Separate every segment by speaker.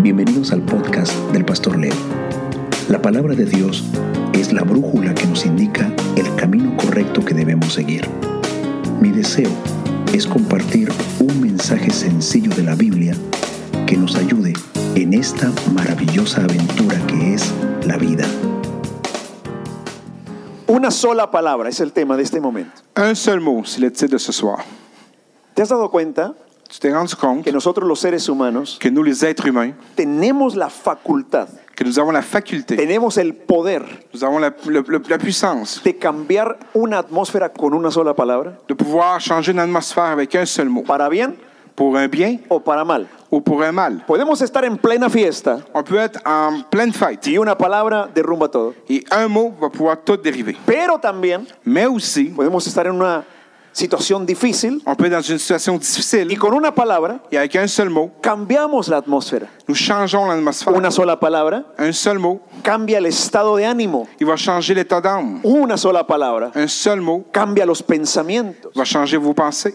Speaker 1: Bienvenidos al podcast del Pastor Leo. La palabra de Dios es la brújula que nos indica el camino correcto que debemos seguir. Mi deseo es compartir un mensaje sencillo de la Biblia que nos ayude en esta maravillosa aventura que es la vida.
Speaker 2: Una sola palabra es el tema de este momento.
Speaker 3: Un seul mot, c'est le titre de ce soir.
Speaker 2: ¿Te has dado cuenta
Speaker 3: Tu t'es rendu compte
Speaker 2: que nosotros los seres humanos
Speaker 3: que nous, les êtres humains,
Speaker 2: tenemos la facultad,
Speaker 3: que nous avons la faculté,
Speaker 2: tenemos el poder
Speaker 3: nous avons la, le- le- la puissance
Speaker 2: de cambiar una atmósfera con una sola palabra,
Speaker 3: de pouvoir changer une atmosphère avec un seul mot,
Speaker 2: para bien
Speaker 3: pour un bien
Speaker 2: o para mal.
Speaker 3: ou pour un mal.
Speaker 2: Podemos estar en plena fiesta
Speaker 3: On peut être en pleine fête
Speaker 2: y una palabra derrumba todo,
Speaker 3: et un mot va pouvoir tout dériver.
Speaker 2: pero también
Speaker 3: Mais aussi,
Speaker 2: podemos estar en una situación difícil
Speaker 3: on peut être dans une situation
Speaker 2: y
Speaker 3: difficile
Speaker 2: con una palabra
Speaker 3: et avec un seul mot,
Speaker 2: cambiamos la atmósfera.
Speaker 3: nous changeons l'atmosphère.
Speaker 2: Una sola palabra
Speaker 3: Un seul mot,
Speaker 2: cambia el estado de ánimo.
Speaker 3: il va changer l'état d'âme.
Speaker 2: Una sola palabra
Speaker 3: Un seul mot
Speaker 2: cambia los pensamientos.
Speaker 3: va changer vos pensées.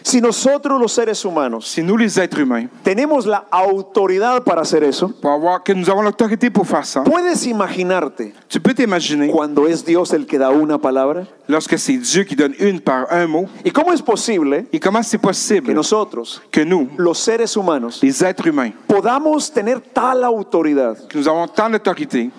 Speaker 2: Si nosotros los seres humanos
Speaker 3: Si nous, les êtres humains,
Speaker 2: tenemos la autoridad para hacer eso,
Speaker 3: pour avoir, que nous avons l'autorité pour faire ça,
Speaker 2: ¿puedes imaginarte
Speaker 3: tu peux t'imaginer
Speaker 2: cuando es Dios el que da una palabra?
Speaker 3: lorsque c'est Dieu qui donne une par un mot,
Speaker 2: ¿Y cómo es posible
Speaker 3: et comment c'est
Speaker 2: que
Speaker 3: possible
Speaker 2: nosotros,
Speaker 3: que nous,
Speaker 2: los seres humanos,
Speaker 3: les êtres humains,
Speaker 2: podamos tener tal autoridad
Speaker 3: que nous avons tant d'autorité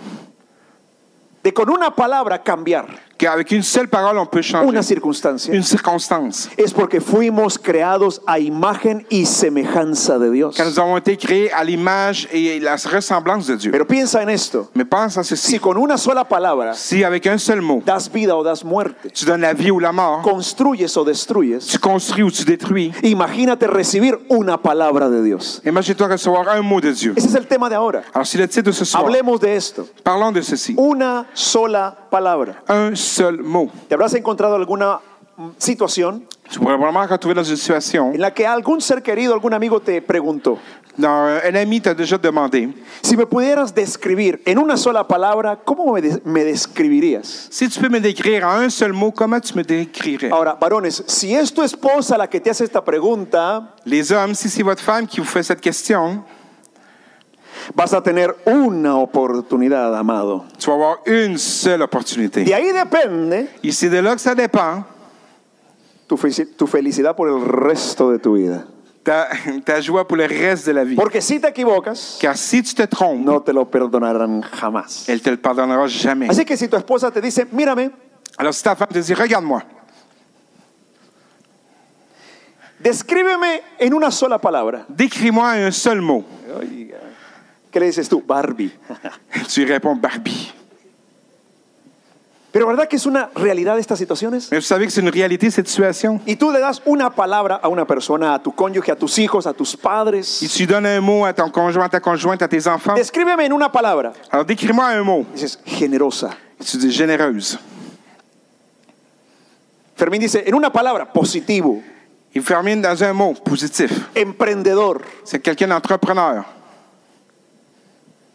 Speaker 2: de con una palabra cambiar
Speaker 3: qu'avec une seule parole, on peut changer
Speaker 2: una circunstancia?
Speaker 3: une circonstance?
Speaker 2: Es porque fuimos creados a imagen y semejanza de Dios.
Speaker 3: Car nous avons été créés à l'image et la ressemblance de Dieu.
Speaker 2: Pero piensa en esto.
Speaker 3: Mais pense à ceci.
Speaker 2: Si con una sola palabra
Speaker 3: Si avec un seul mot,
Speaker 2: das vida o das muerte,
Speaker 3: tu donnes la vie ou la mort,
Speaker 2: construyes o destruyes,
Speaker 3: tu construis ou tu détruis,
Speaker 2: imagínate recibir una palabra de Dios.
Speaker 3: imagine-toi recevoir un mot de Dieu.
Speaker 2: Ese es el tema de ahora.
Speaker 3: Alors, c'est le titre de ce soir.
Speaker 2: Hablemos de esto.
Speaker 3: Parlons de ceci.
Speaker 2: Una sola palabra.
Speaker 3: Un seul mot.
Speaker 2: ¿Te habrás encontrado alguna mm, situación
Speaker 3: Tu pourrais vraiment te retrouver dans une situation
Speaker 2: en la que algún ser querido, algún amigo te preguntó,
Speaker 3: dans un ami t'a déjà demandé
Speaker 2: si me pudieras describir en una sola palabra, ¿cómo me, des- me describirías?
Speaker 3: si tu peux me décrire en un seul mot comment tu me décrirais.
Speaker 2: Ahora, varones, si es tu esposa la que te hace esta pregunta,
Speaker 3: Les hommes, si c'est votre femme qui vous fait cette question,
Speaker 2: vas a tener una oportunidad, amado.
Speaker 3: tu vas avoir une seule
Speaker 2: De
Speaker 3: opportunité.
Speaker 2: ahí depende
Speaker 3: Et c'est de là que ça dépend
Speaker 2: tu, fe- tu felicidad por el resto de tu vida.
Speaker 3: ta, ta joie pour le reste de la vie.
Speaker 2: Porque si te equivocas,
Speaker 3: Car si tu te trompes,
Speaker 2: no te lo perdonarán jamás.
Speaker 3: elle te le pardonnera jamais.
Speaker 2: Así que si tu esposa te dice, mírame,
Speaker 3: Alors si ta femme te dit, regarde-moi,
Speaker 2: descríbeme en una sola palabra,
Speaker 3: décris-moi un seul mot,
Speaker 2: ¿qué le dices tú? Barbie.
Speaker 3: tu réponds Barbie.
Speaker 2: Pero ¿verdad que es una realidad estas situaciones?
Speaker 3: Mais vous savez que c'est une réalité, cette situation.
Speaker 2: Y tú le das una palabra a una persona, a tu cónyuge, a tus hijos, a tus
Speaker 3: Et
Speaker 2: padres.
Speaker 3: tu donnes un mot à ton conjoint, à ta conjointe, à tes enfants.
Speaker 2: Descríbeme en una palabra.
Speaker 3: Alors décris-moi un mot.
Speaker 2: Dices, generosa.
Speaker 3: Et tu dis généreuse.
Speaker 2: Fermín dice, en una palabra, positivo,
Speaker 3: Il termine dans un mot positif.
Speaker 2: emprendedor.
Speaker 3: C'est quelqu'un d'entrepreneur.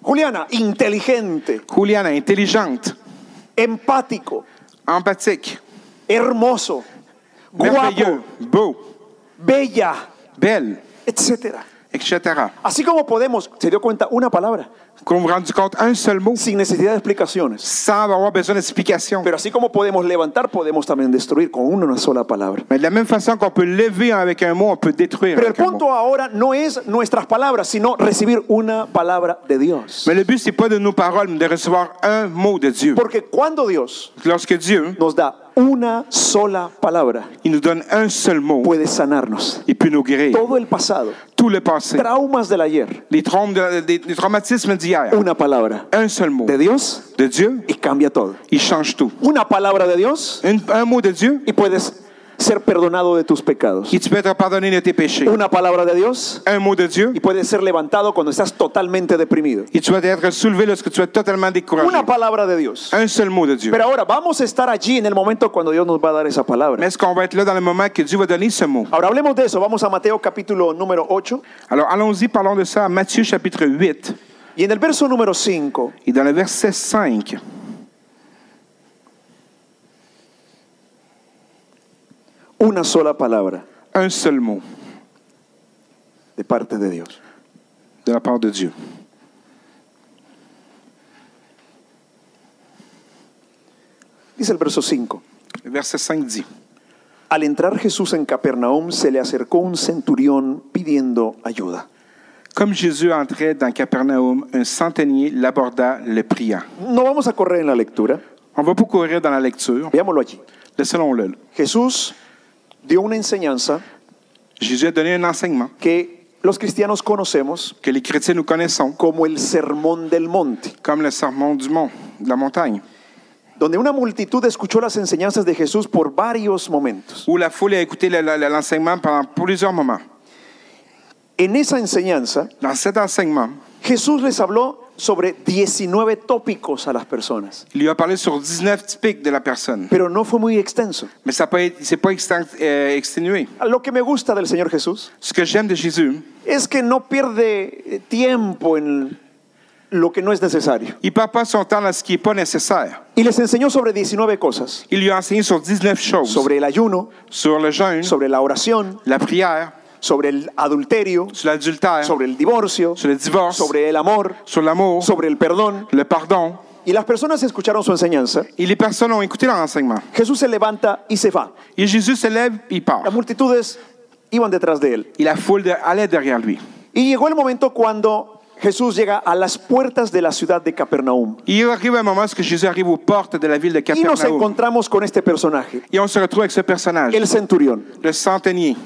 Speaker 2: Juliana, inteligente,
Speaker 3: Juliana, intelligente,
Speaker 2: empático,
Speaker 3: empathique,
Speaker 2: hermoso,
Speaker 3: merveilleux,
Speaker 2: guapo,
Speaker 3: beau,
Speaker 2: bella,
Speaker 3: belle,
Speaker 2: etcétera.
Speaker 3: etc.
Speaker 2: Así como podemos, se dio cuenta una palabra,
Speaker 3: Qu'on vous rendu compte un seul mot
Speaker 2: sin necesidad de explicaciones.
Speaker 3: sans avoir besoin d'explication.
Speaker 2: Pero así como podemos levantar, podemos también destruir con una sola palabra.
Speaker 3: Mais de la même façon qu'on peut lever avec un mot, on peut détruire
Speaker 2: Pero el
Speaker 3: avec un mot.
Speaker 2: punto ahora no es nuestras palabras, sino recibir una palabra de Dios.
Speaker 3: Mais le but, c'est pas de nos paroles, mais de recevoir un mot de Dieu.
Speaker 2: Porque cuando Dios
Speaker 3: Lorsque Dieu,
Speaker 2: nos da una sola palabra,
Speaker 3: il nous donne un seul mot,
Speaker 2: puede sanarnos.
Speaker 3: il peut nous guérir.
Speaker 2: Todo el pasado,
Speaker 3: Tout le passé,
Speaker 2: traumas del ayer,
Speaker 3: les, traumes de- des- les traumatismes d'hier,
Speaker 2: una palabra
Speaker 3: un seul mot
Speaker 2: de Dios
Speaker 3: de Dieu,
Speaker 2: y cambia todo.
Speaker 3: il change tout.
Speaker 2: Una palabra de Dios
Speaker 3: Une- un mot de Dieu,
Speaker 2: y puedes ser perdonado de tus pecados.
Speaker 3: Et tu peux être pardonné de tes péchés.
Speaker 2: Una palabra de Dios
Speaker 3: Un mot de Dieu.
Speaker 2: y puedes ser levantado cuando estás totalmente deprimido.
Speaker 3: Et tu vas être soulevé lorsque tu es totalement découragé.
Speaker 2: Una palabra de Dios.
Speaker 3: Un seul mot de Dieu.
Speaker 2: Pero ahora vamos a estar allí en el momento cuando Dios nos va a dar esa
Speaker 3: Mais
Speaker 2: palabra.
Speaker 3: est-ce qu'on va être là dans le moment que Dieu va donner ce mot?
Speaker 2: Ahora hablemos de eso. Vamos a Mateo capítulo número 8.
Speaker 3: Alors allons-y, parlons de ça à Matthieu chapitre 8
Speaker 2: Y en el verso número 5
Speaker 3: et dans le verset 5.
Speaker 2: una sola palabra
Speaker 3: Un seul mot
Speaker 2: de parte de Dios.
Speaker 3: de la part de Dieu.
Speaker 2: Dice el verso 5.
Speaker 3: Le verset 5 dit,
Speaker 2: Al entrar Jesús en Capernaum, se le acercó un centurión pidiendo ayuda.
Speaker 3: Comme Jésus entrait dans Capernaum, un centenier l'aborda, le pria.
Speaker 2: No vamos a correr en la lectura,
Speaker 3: On va pas courir dans la lecture,
Speaker 2: veámoslo allí.
Speaker 3: laissez-le là.
Speaker 2: Jesús dio una enseñanza
Speaker 3: Jésus a donné un enseignement
Speaker 2: que los cristianos conocemos
Speaker 3: que les chrétiens nous connaissons,
Speaker 2: como el Sermón del Monte,
Speaker 3: comme le sermon du mont, de la montagne,
Speaker 2: donde una multitud escuchó las enseñanzas de Jesús por varios momentos.
Speaker 3: où la foule a écouté le- le- le- l'enseignement pendant plusieurs moments.
Speaker 2: En esa enseñanza,
Speaker 3: Dans cet enseignement,
Speaker 2: Jesús les habló sobre 19 tópicos a las personas,
Speaker 3: il lui a parlé sur 19 typiques de la personne,
Speaker 2: pero no fue muy extenso.
Speaker 3: mais ça peut être- c'est pas exten- euh, exténué.
Speaker 2: Lo que me gusta del Señor Jesús
Speaker 3: Ce que j'aime de Jésus,
Speaker 2: es que no pierde eh, tiempo en lo que no es necesario.
Speaker 3: il ne perd pas son temps dans ce qui n'est pas nécessaire.
Speaker 2: Y les enseñó sobre 19 cosas,
Speaker 3: Il lui a enseigné sur 19 choses,
Speaker 2: sobre el ayuno,
Speaker 3: sur le jeûne,
Speaker 2: sobre la oración,
Speaker 3: la prière,
Speaker 2: sobre el adulterio,
Speaker 3: sur l'adultère,
Speaker 2: sobre el divorcio,
Speaker 3: sur le divorce,
Speaker 2: sobre el amor,
Speaker 3: sur l'amour,
Speaker 2: sobre el perdón.
Speaker 3: le pardon.
Speaker 2: Y las personas escucharon su enseñanza.
Speaker 3: Et les personnes ont écouté leur enseignement.
Speaker 2: Jesús se levanta y se va.
Speaker 3: Et Jésus se lève et il part.
Speaker 2: Las multitudes iban detrás de él.
Speaker 3: Et la foule de- allait derrière lui.
Speaker 2: Y llegó el momento cuando Jesús llega a las puertas de la ciudad de Capernaum.
Speaker 3: Il arrive un moment où Jésus arrive aux portes de la ville de
Speaker 2: Y nos
Speaker 3: Capernaum.
Speaker 2: encontramos con este personaje,
Speaker 3: Et on se retrouve avec ce personnage,
Speaker 2: el centurión.
Speaker 3: le centenier.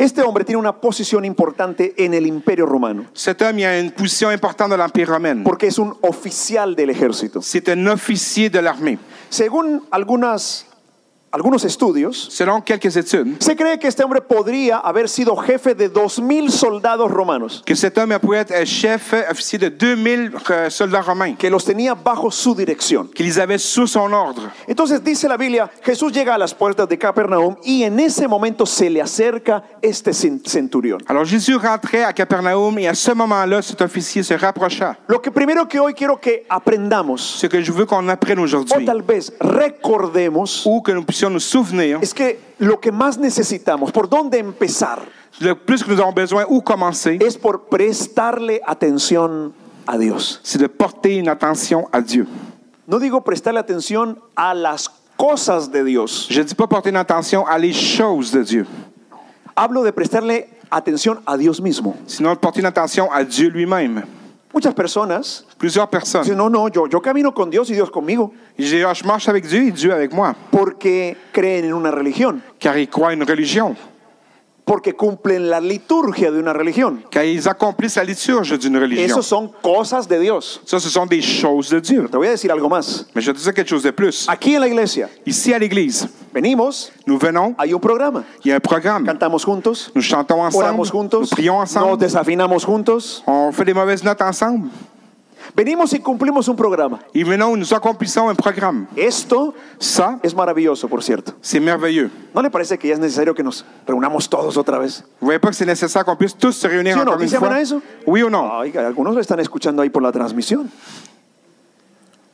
Speaker 2: Este hombre tiene una posición importante en el imperio romano,
Speaker 3: Cet homme, il a une position importante dans l'Empire romain.
Speaker 2: porque es un oficial del ejército.
Speaker 3: C'est un officier de l'armée.
Speaker 2: Según algunas, algunos estudios,
Speaker 3: Selon quelques études,
Speaker 2: se cree que este hombre podría haber sido jefe de 2.000 soldados romanos,
Speaker 3: que cet homme a pu être un chef euh, officier de 2000 euh, soldats romains,
Speaker 2: que los tenía bajo su dirección.
Speaker 3: qu'ils avaient sous son ordre.
Speaker 2: Entonces dice la Biblia, Jesús llega a las puertas de Capernaum y en ese momento se le acerca este cen- centurión.
Speaker 3: Alors Jésus rentrait à Capernaum et à ce moment-là, cet officier se rapprocha.
Speaker 2: Lo que primero que hoy quiero que aprendamos,
Speaker 3: Ce que je veux qu'on apprenne
Speaker 2: o
Speaker 3: aujourd'hui,
Speaker 2: tal vez recordemos,
Speaker 3: ou que nous puissions nous souvenir,
Speaker 2: es que lo que más necesitamos, por dónde empezar,
Speaker 3: le plus que nous avons besoin, où commencer,
Speaker 2: es por prestarle atención a Dios.
Speaker 3: c'est de porter une attention à Dieu.
Speaker 2: No digo prestarle atención a las cosas de Dios.
Speaker 3: Je ne dis pas porter une attention à les choses de Dieu,
Speaker 2: Hablo de prestarle atención a Dios mismo.
Speaker 3: sinon de porter une attention à Dieu lui-même.
Speaker 2: Muchas personas
Speaker 3: Plusieurs personnes.
Speaker 2: dicen, no, no, yo, yo camino con Dios y Dios conmigo,
Speaker 3: Ils disent, Ah, je marche avec Dieu et Dieu avec moi,
Speaker 2: porque creen en una religión,
Speaker 3: car ils croient à une religion,
Speaker 2: porque cumplen la liturgia de una religión.
Speaker 3: car ils accomplissent la liturgie d'une religion.
Speaker 2: Eso son cosas de Dios.
Speaker 3: Ça, ce sont des choses de Dieu.
Speaker 2: Te voy a decir algo más.
Speaker 3: Mais je vais te dire quelque chose de plus.
Speaker 2: Aquí en la iglesia
Speaker 3: Ici à l'Église,
Speaker 2: venimos,
Speaker 3: nous venons,
Speaker 2: hay un programa,
Speaker 3: il y a un programme.
Speaker 2: cantamos juntos,
Speaker 3: Nous chantons ensemble,
Speaker 2: oramos
Speaker 3: nous
Speaker 2: juntos,
Speaker 3: prions
Speaker 2: nos
Speaker 3: ensemble,
Speaker 2: desafinamos juntos.
Speaker 3: on fait des mauvaises notes ensemble.
Speaker 2: Venimos y cumplimos un programa.
Speaker 3: Et venons, nous accomplissons un programme.
Speaker 2: Esto
Speaker 3: Ça,
Speaker 2: es maravilloso, por cierto.
Speaker 3: c'est merveilleux.
Speaker 2: ¿No le parece que ya es necesario que nos reunamos todos otra vez?
Speaker 3: Vous voyez pas que c'est nécessaire qu'on puisse tous se réunir
Speaker 2: Si ou non,
Speaker 3: encore une
Speaker 2: dites-moi
Speaker 3: fois?
Speaker 2: eso. Ah,
Speaker 3: Oui ou non?
Speaker 2: Ay, algunos lo están escuchando ahí por la transmisión.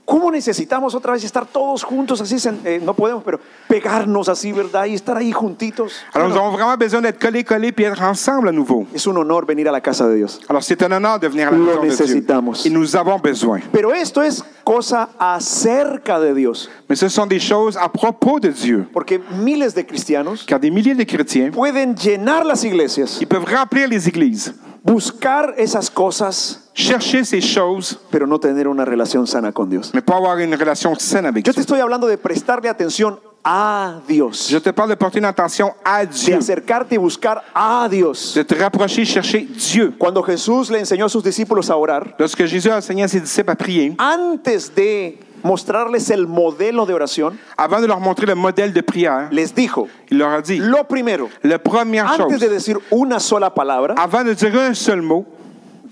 Speaker 2: ¿Cómo necesitamos otra vez estar todos juntos así? sen- eh, no podemos, pero pegarnos así, ¿verdad? Y estar ahí juntitos.
Speaker 3: Alors, nous
Speaker 2: Bueno,
Speaker 3: avons vraiment besoin d'être collés, collés, puis être ensemble à nouveau.
Speaker 2: es un honor venir a la casa de Dios.
Speaker 3: Alors, c'est un honneur de venir à la
Speaker 2: Lo
Speaker 3: maison de
Speaker 2: necesitamos.
Speaker 3: Dieu. Et nous avons besoin.
Speaker 2: Pero esto es cosa acerca de Dios,
Speaker 3: Mais ce sont des choses à propos de Dieu.
Speaker 2: porque miles de cristianos
Speaker 3: Car des milliers de chrétiens,
Speaker 2: pueden llenar las iglesias,
Speaker 3: ils peuvent remplir les églises,
Speaker 2: buscar esas cosas,
Speaker 3: chercher ces choses,
Speaker 2: pero no tener una relación sana con Dios.
Speaker 3: mais pas avoir une relation saine avec
Speaker 2: Yo te
Speaker 3: Dieu.
Speaker 2: estoy hablando de prestarle atención a
Speaker 3: Je
Speaker 2: Dios,
Speaker 3: te parle de porter une attention à
Speaker 2: de
Speaker 3: Dieu,
Speaker 2: acercarte y buscar a Dios.
Speaker 3: de te rapprocher, chercher Dieu.
Speaker 2: Cuando Jesús le enseñó a sus discípulos a orar,
Speaker 3: Lorsque Jésus a enseigné à ses disciples à prier,
Speaker 2: antes de mostrarles el modelo de oración,
Speaker 3: avant de leur montrer le modèle de prière,
Speaker 2: les dijo,
Speaker 3: il leur a dit,
Speaker 2: lo primero,
Speaker 3: la première
Speaker 2: antes de
Speaker 3: chose,
Speaker 2: decir una sola palabra,
Speaker 3: avant de dire un seul mot,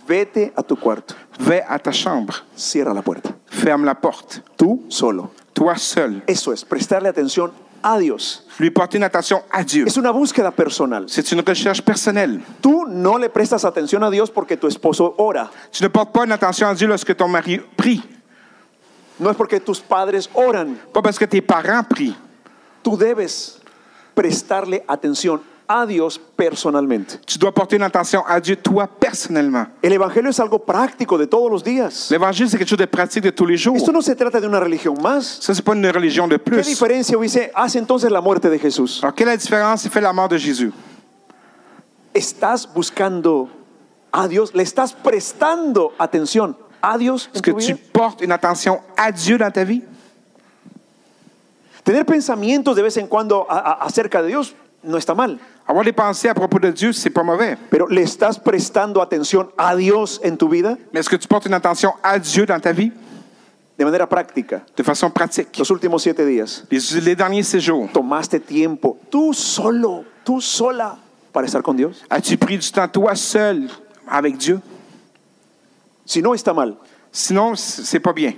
Speaker 2: vete a tu cuarto,
Speaker 3: vais à ta chambre,
Speaker 2: cierra la puerta,
Speaker 3: ferme la porte,
Speaker 2: tú solo.
Speaker 3: toi seul.
Speaker 2: Eso es, prestarle atención a Dios.
Speaker 3: Lui porter une attention à Dieu.
Speaker 2: Es una búsqueda personal.
Speaker 3: C'est une recherche personnelle.
Speaker 2: Tú no le prestas atención a Dios porque tu esposo ora,
Speaker 3: Tu ne portes pas une attention à Dieu lorsque ton mari prie,
Speaker 2: no es porque tus padres oran.
Speaker 3: pas parce que tes parents prient.
Speaker 2: Tú debes prestarle atención a Dios personalmente.
Speaker 3: Tu dois porter une attention à Dieu, toi, personnellement.
Speaker 2: El Evangelio es algo práctico de todos los días.
Speaker 3: L'évangile, c'est quelque chose de pratique de tous les jours.
Speaker 2: Esto no se trata de una religión más.
Speaker 3: Ça, c'est pas une religion de
Speaker 2: ¿Qué
Speaker 3: plus.
Speaker 2: diferencia hubiese, hace entonces la muerte de Jesús?
Speaker 3: Alors, quelle est la différence qui fait la mort de Jésus?
Speaker 2: ¿Estás buscando a Dios? ¿Le estás prestando atención a Dios en
Speaker 3: Est-ce que
Speaker 2: tu
Speaker 3: tu
Speaker 2: vida?
Speaker 3: portes une attention à Dieu dans ta vie?
Speaker 2: Tener pensamientos de vez en cuando a- a- acerca de Dios no está mal,
Speaker 3: Avoir des pensées à propos de Dieu, c'est pas mauvais.
Speaker 2: pero ¿le estás prestando atención a Dios en tu vida?
Speaker 3: Mais est-ce que tu portes une attention à Dieu dans ta vie?
Speaker 2: De manera práctica,
Speaker 3: De façon pratique.
Speaker 2: los últimos siete días,
Speaker 3: Les, les derniers séjours,
Speaker 2: tomaste tiempo tú solo, tú sola, para estar con Dios.
Speaker 3: as-tu pris du temps toi seul avec Dieu?
Speaker 2: Si no, está mal.
Speaker 3: Sinon, c- c'est pas bien.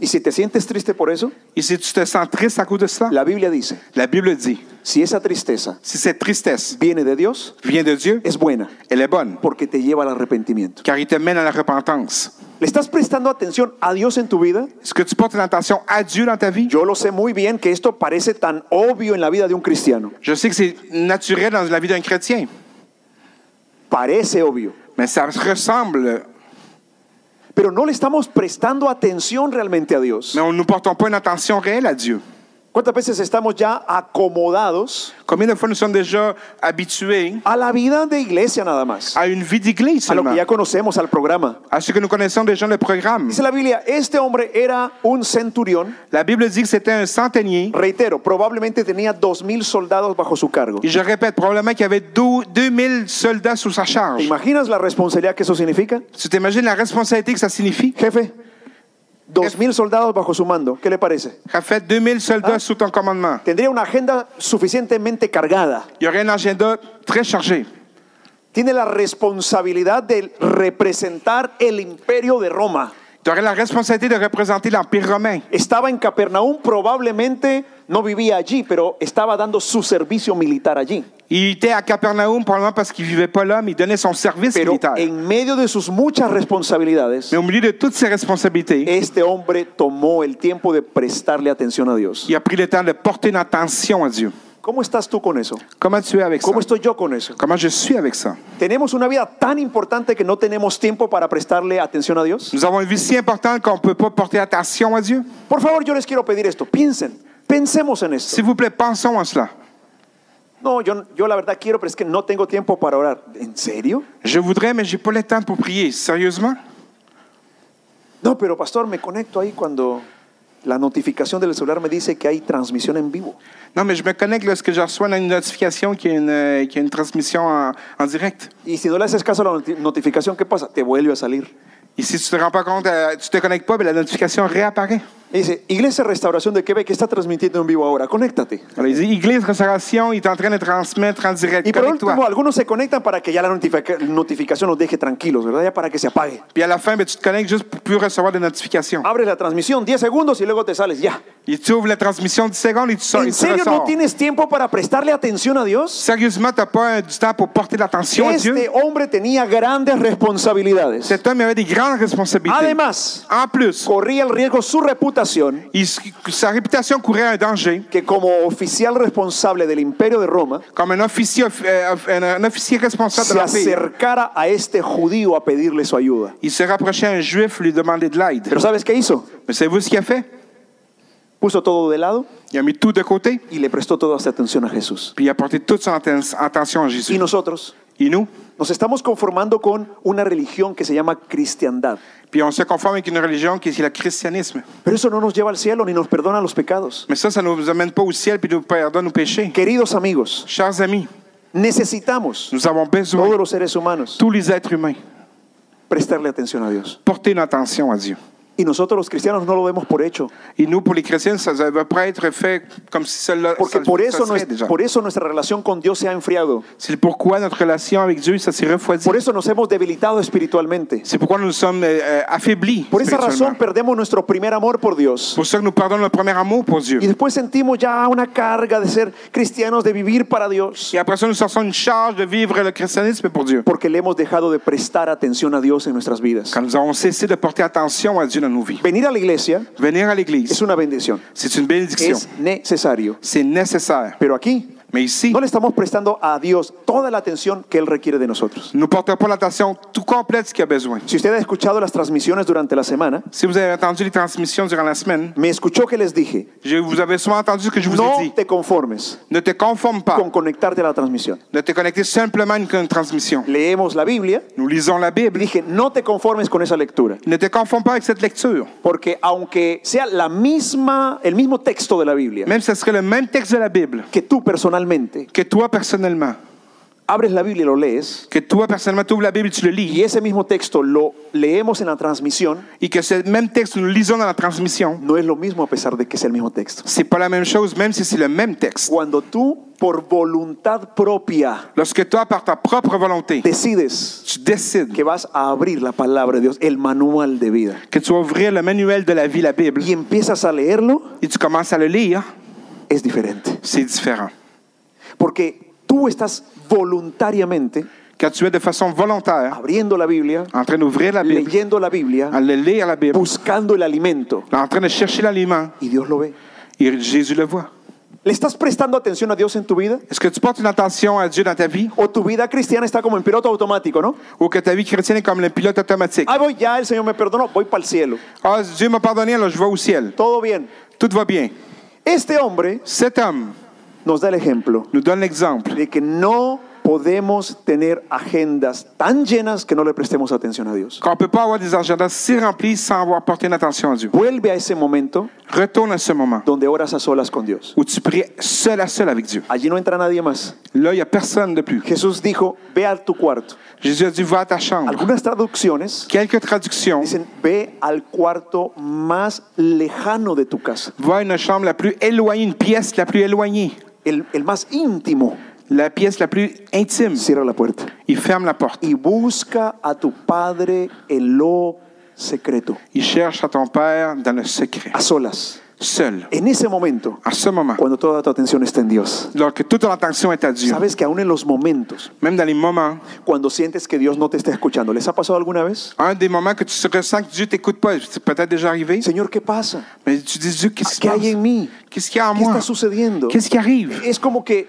Speaker 2: Y si te sientes triste por eso,
Speaker 3: Et si tu te sens triste à cause de cela,
Speaker 2: la Biblia dice,
Speaker 3: la Bible dit,
Speaker 2: si esa tristeza
Speaker 3: si cette tristesse
Speaker 2: viene de Dios,
Speaker 3: vient de Dieu,
Speaker 2: es buena,
Speaker 3: elle est bonne,
Speaker 2: porque te lleva al arrepentimiento.
Speaker 3: car il te mène à la repentance.
Speaker 2: ¿Le estás prestando atención a Dios en tu vida?
Speaker 3: Est-ce que tu portes une attention à Dieu dans ta vie?
Speaker 2: Yo lo sé muy bien que esto parece tan obvio en la vida de un cristiano.
Speaker 3: Je sais que c'est naturel dans la vie d'un chrétien,
Speaker 2: Parece obvio.
Speaker 3: mais ça se ressemble.
Speaker 2: Pero no le estamos prestando atención realmente a Dios.
Speaker 3: Mais on- nous ne portons pas une attention réelle à Dieu.
Speaker 2: ¿Cuántas veces estamos ya acomodados
Speaker 3: Combien de fois nous sommes déjà habitués
Speaker 2: a la vida de iglesia nada más?
Speaker 3: à une vie d'église
Speaker 2: A lo que
Speaker 3: seulement,
Speaker 2: ya conocemos al programa.
Speaker 3: à ce que nous connaissons déjà le programme?
Speaker 2: Dice la Biblia, este hombre era un centurión.
Speaker 3: La Bible dit que c'était un centenier.
Speaker 2: Reitero, probablemente tenía dos mil soldados bajo su cargo.
Speaker 3: Et je répète, probablement qu'il y avait dou- 2000 soldats sous sa
Speaker 2: ¿Te
Speaker 3: charge.
Speaker 2: imaginas la responsabilidad que eso significa?
Speaker 3: Tu t'imagines la responsabilité que ça signifie?
Speaker 2: Jefe, dos mil soldados bajo su mando. ¿Qué le parece?
Speaker 3: Ça fait 2000 soldats sous ton commandement.
Speaker 2: Tendría una agenda suficientemente cargada.
Speaker 3: Il y aurait un agenda très chargé.
Speaker 2: tiene la responsabilidad de representar el imperio de Roma.
Speaker 3: Tu aurais la responsabilité de représenter l'Empire romain.
Speaker 2: Estaba en Capernaum, probablemente no vivía allí, pero estaba dando su servicio militar allí.
Speaker 3: Il était à Capernaum probablement parce qu'il vivait pas là, mais il donnait son service
Speaker 2: Pero
Speaker 3: militaire.
Speaker 2: en medio de sus muchas responsabilidades,
Speaker 3: Mais au milieu de toutes ses responsabilités,
Speaker 2: este hombre tomó el tiempo de prestarle atención a Dios.
Speaker 3: il a pris le temps de porter une attention à Dieu.
Speaker 2: ¿Cómo estás tú con eso?
Speaker 3: Comment tu es avec ça?
Speaker 2: ¿Cómo estoy yo con eso?
Speaker 3: Comment je suis avec ça?
Speaker 2: ¿Tenemos una vida tan importante que no tenemos tiempo para prestarle atención a Dios?
Speaker 3: Nous avons une vie si importante qu'on ne peut pas porter attention à Dieu.
Speaker 2: Por favor, yo les quiero pedir esto. Piensen, pensemos en esto.
Speaker 3: S'il vous plaît, pensons à cela.
Speaker 2: No, yo, yo la verdad quiero, pero es que no tengo tiempo para orar. ¿En serio?
Speaker 3: Je voudrais, mais j'ai pas le temps pour prier. Sérieusement?
Speaker 2: No, pero pastor, me conecto ahí cuando la notificación del celular me dice que hay transmisión en vivo.
Speaker 3: Non, mais je me connecte lorsque je reçois une notification qui est une, euh, qu'il y a une transmission en, en direct.
Speaker 2: Y si no le haces caso a la noti- notificación, ¿qué pasa? Te vuelve a salir.
Speaker 3: Et si tu te rends pas compte, euh, tu te connectes pas, mais la notification réapparaît.
Speaker 2: Y dice, Iglesia Restauración de Québec está transmitiendo en vivo ahora, conéctate.
Speaker 3: Alors, il dit, Église Restauration, il est en train de transmettre en direct.
Speaker 2: Y por último,
Speaker 3: Connecte-toi.
Speaker 2: algunos se conectan para que ya la notifica- notificación nos deje tranquilos, ¿verdad? Ya para que se apague.
Speaker 3: Puis à la fin, ben, tu te connectes juste pour plus recevoir des notifications.
Speaker 2: Abres la transmisión 10 segundos y luego te sales, ya.
Speaker 3: Et tu ouvres la transmission 10 secondes et tu sors. et
Speaker 2: ¿En
Speaker 3: tu
Speaker 2: serio no
Speaker 3: ressors.
Speaker 2: tienes tiempo para prestarle atención a Dios?
Speaker 3: Sérieusement, tu n'as pas euh, du temps pour porter l'attention à Dieu.
Speaker 2: Este hombre tenía grandes responsabilidades.
Speaker 3: Cet homme avait des grandes responsabilités.
Speaker 2: Además,
Speaker 3: en plus,
Speaker 2: corría el riesgo su reputación,
Speaker 3: il s- sa réputation courait un danger.
Speaker 2: que como oficial responsable del imperio de Roma,
Speaker 3: Comme un officier, of- euh, of- un, un officier responsable de
Speaker 2: se
Speaker 3: la paix.
Speaker 2: acercara a este judío a pedirle su ayuda.
Speaker 3: Il se rapprochait à un juif, lui demandait de l'aide.
Speaker 2: Pero ¿sabes qué hizo?
Speaker 3: Mais savez-vous ce qu'il a fait?
Speaker 2: Puso todo de lado
Speaker 3: Il a mis tout de côté,
Speaker 2: y le prestó toda su atención a Jesús.
Speaker 3: puis il a porté toute son atten- attention à Jésus.
Speaker 2: Y nosotros
Speaker 3: Et nous?
Speaker 2: nos estamos conformando con una religión que se llama cristiandad.
Speaker 3: Puis on se conforme avec une religion qui est le christianisme.
Speaker 2: Pero eso no nos lleva al cielo ni nos perdona los pecados.
Speaker 3: Mais ça, ça ne nous amène pas au ciel puis nous pardonne nos péchés.
Speaker 2: Queridos amigos,
Speaker 3: Chers amis,
Speaker 2: necesitamos
Speaker 3: nous avons besoin,
Speaker 2: todos los seres humanos
Speaker 3: tous les êtres humains,
Speaker 2: prestarle atención a Dios.
Speaker 3: porter une attention à Dieu.
Speaker 2: Y nosotros los cristianos no lo vemos por hecho.
Speaker 3: Et nous, pour les chrétiens, ça ne va pas être fait comme si cela
Speaker 2: Porque
Speaker 3: ça-
Speaker 2: por
Speaker 3: ça
Speaker 2: eso,
Speaker 3: serait
Speaker 2: nues-
Speaker 3: déjà.
Speaker 2: por eso nuestra relación con Dios se ha enfriado.
Speaker 3: C'est pourquoi notre relation avec Dieu, ça s'est refroidi.
Speaker 2: Por eso nos hemos debilitado espiritualmente.
Speaker 3: C'est pourquoi nous nous sommes euh, euh, affaiblis.
Speaker 2: Por esa razón
Speaker 3: spirituellement.
Speaker 2: perdemos nuestro primer amor por Dios.
Speaker 3: Pour ça que nous perdons le premier amour pour Dieu.
Speaker 2: Y después sentimos ya una carga de ser cristianos, de vivir para Dios.
Speaker 3: Et après ça, nous sortons une charge de vivre le christianisme pour Dieu.
Speaker 2: Porque le hemos dejado de prestar atención a Dios en nuestras vidas.
Speaker 3: Quand nous avons cessé de porter attention à Dieu dans nos vies,
Speaker 2: Venir a la iglesia
Speaker 3: venir à
Speaker 2: es
Speaker 3: l'Église,
Speaker 2: una bendición.
Speaker 3: c'est une bénédiction.
Speaker 2: Es necesario.
Speaker 3: C'est nécessaire.
Speaker 2: Pero aquí
Speaker 3: Mais ici,
Speaker 2: No le estamos prestando a Dios toda la atención que Él requiere de nosotros.
Speaker 3: nous ne portons pas l'attention tout complète de ce qu'il y a besoin.
Speaker 2: Si usted ha escuchado las transmisiones durante la semana,
Speaker 3: Si vous avez entendu les transmissions durant la semaine,
Speaker 2: me escuchó que les dije,
Speaker 3: je- vous avez souvent entendu ce que je vous
Speaker 2: no
Speaker 3: ai dit.
Speaker 2: te conformes
Speaker 3: Ne te conforme pas.
Speaker 2: con conectarte a la transmisión.
Speaker 3: Ne te connecter simplement à une une transmission.
Speaker 2: Leemos la Biblia
Speaker 3: Nous lisons la
Speaker 2: y
Speaker 3: Bible.
Speaker 2: dije, no te conformes con esa lectura,
Speaker 3: Ne te conforme pas avec cette lecture.
Speaker 2: porque aunque sea la misma, el mismo texto de la Biblia,
Speaker 3: Même si ce serait le même texte de la Bible
Speaker 2: que tú personalmente
Speaker 3: que toi personnellement.
Speaker 2: abres la Biblia y lo lees,
Speaker 3: Que toi personnellement, tu ouvres la Bible, tu le
Speaker 2: y
Speaker 3: lis.
Speaker 2: ese mismo texto lo leemos en la transmisión,
Speaker 3: Et que ce même texte, nous le lisons dans la transmission.
Speaker 2: no es lo mismo a pesar de que sea el mismo texto.
Speaker 3: C'est pas la même chose, même si c'est le même texte.
Speaker 2: Cuando tú, por voluntad propia,
Speaker 3: Lorsque toi, par ta propre volonté,
Speaker 2: decides
Speaker 3: tu décides
Speaker 2: que vas a abrir la palabra de Dios, el manual de vida,
Speaker 3: que tu vas ouvrir le manuel de la vie, la Bible,
Speaker 2: y empiezas a leerlo,
Speaker 3: et tu commences à le lire,
Speaker 2: es diferente.
Speaker 3: c'est différent.
Speaker 2: Porque tú estás voluntariamente
Speaker 3: Quand tu es de façon volontaire
Speaker 2: abriendo la Biblia,
Speaker 3: en train d'ouvrir la Bible,
Speaker 2: leyendo la Biblia,
Speaker 3: à le lire la Bible,
Speaker 2: buscando el alimento,
Speaker 3: en train de chercher l'aliment,
Speaker 2: y Dios lo ve.
Speaker 3: et Jésus le voit.
Speaker 2: ¿Le estás prestando atención a Dios en tu vida?
Speaker 3: Est-ce que tu portes une attention à Dieu dans ta vie
Speaker 2: ¿O tu vida cristiana está como en piloto automático, no?
Speaker 3: ou que ta vie chrétienne est comme le pilote automatique?
Speaker 2: Ah, voy ya, el Señor me perdonó, voy para el cielo.
Speaker 3: Ah, Dieu m'a pardonné, alors je vais au ciel.
Speaker 2: Todo bien.
Speaker 3: Tout va bien.
Speaker 2: Este hombre
Speaker 3: Cet homme
Speaker 2: nos da el ejemplo
Speaker 3: nous donne l'exemple
Speaker 2: de que no podemos tener agendas tan llenas que no le prestemos atención a Dios.
Speaker 3: qu'on ne peut pas avoir des agendas si remplis sans avoir porté une attention à Dieu.
Speaker 2: Vuelve a ese momento
Speaker 3: Retourne à ce moment
Speaker 2: donde oras a solas con Dios.
Speaker 3: où tu pries seul à seul avec Dieu.
Speaker 2: Allí no entra nadie más.
Speaker 3: Là, il n'y a personne de plus.
Speaker 2: Jesús dijo, ve a tu cuarto.
Speaker 3: Jésus a dit, va à ta chambre.
Speaker 2: Algunas traducciones
Speaker 3: Quelques traductions.
Speaker 2: dicen, ve al cuarto más lejano de tu casa,
Speaker 3: Va à une chambre la plus éloignée, une pièce la plus éloignée,
Speaker 2: el, el más íntimo.
Speaker 3: la pièce la plus intime.
Speaker 2: Cierra la puerta
Speaker 3: Il ferme la porte.
Speaker 2: y busca a tu Padre en lo secreto,
Speaker 3: Il cherche à ton Père dans le secret,
Speaker 2: a solas.
Speaker 3: seul,
Speaker 2: En ese momento,
Speaker 3: à ce moment,
Speaker 2: cuando toda tu atención está en Dios,
Speaker 3: alors que toute ton attention est à Dieu,
Speaker 2: sabes que aún en los momentos,
Speaker 3: même dans les moments,
Speaker 2: cuando sientes que Dios no te está escuchando, ¿les ha pasado alguna vez?
Speaker 3: un des moments que tu ressens que Dieu t'écoute pas, c'est peut-être déjà arrivé,
Speaker 2: Señor, ¿qué pasa?
Speaker 3: mais tu dis Dieu, qu'est-ce qui se
Speaker 2: ¿Qué
Speaker 3: passe?
Speaker 2: hay en mí?
Speaker 3: Qu'est-ce qu'il y a en
Speaker 2: ¿Qué
Speaker 3: moi?
Speaker 2: está sucediendo?
Speaker 3: Qu'est-ce qui arrive?
Speaker 2: Es como que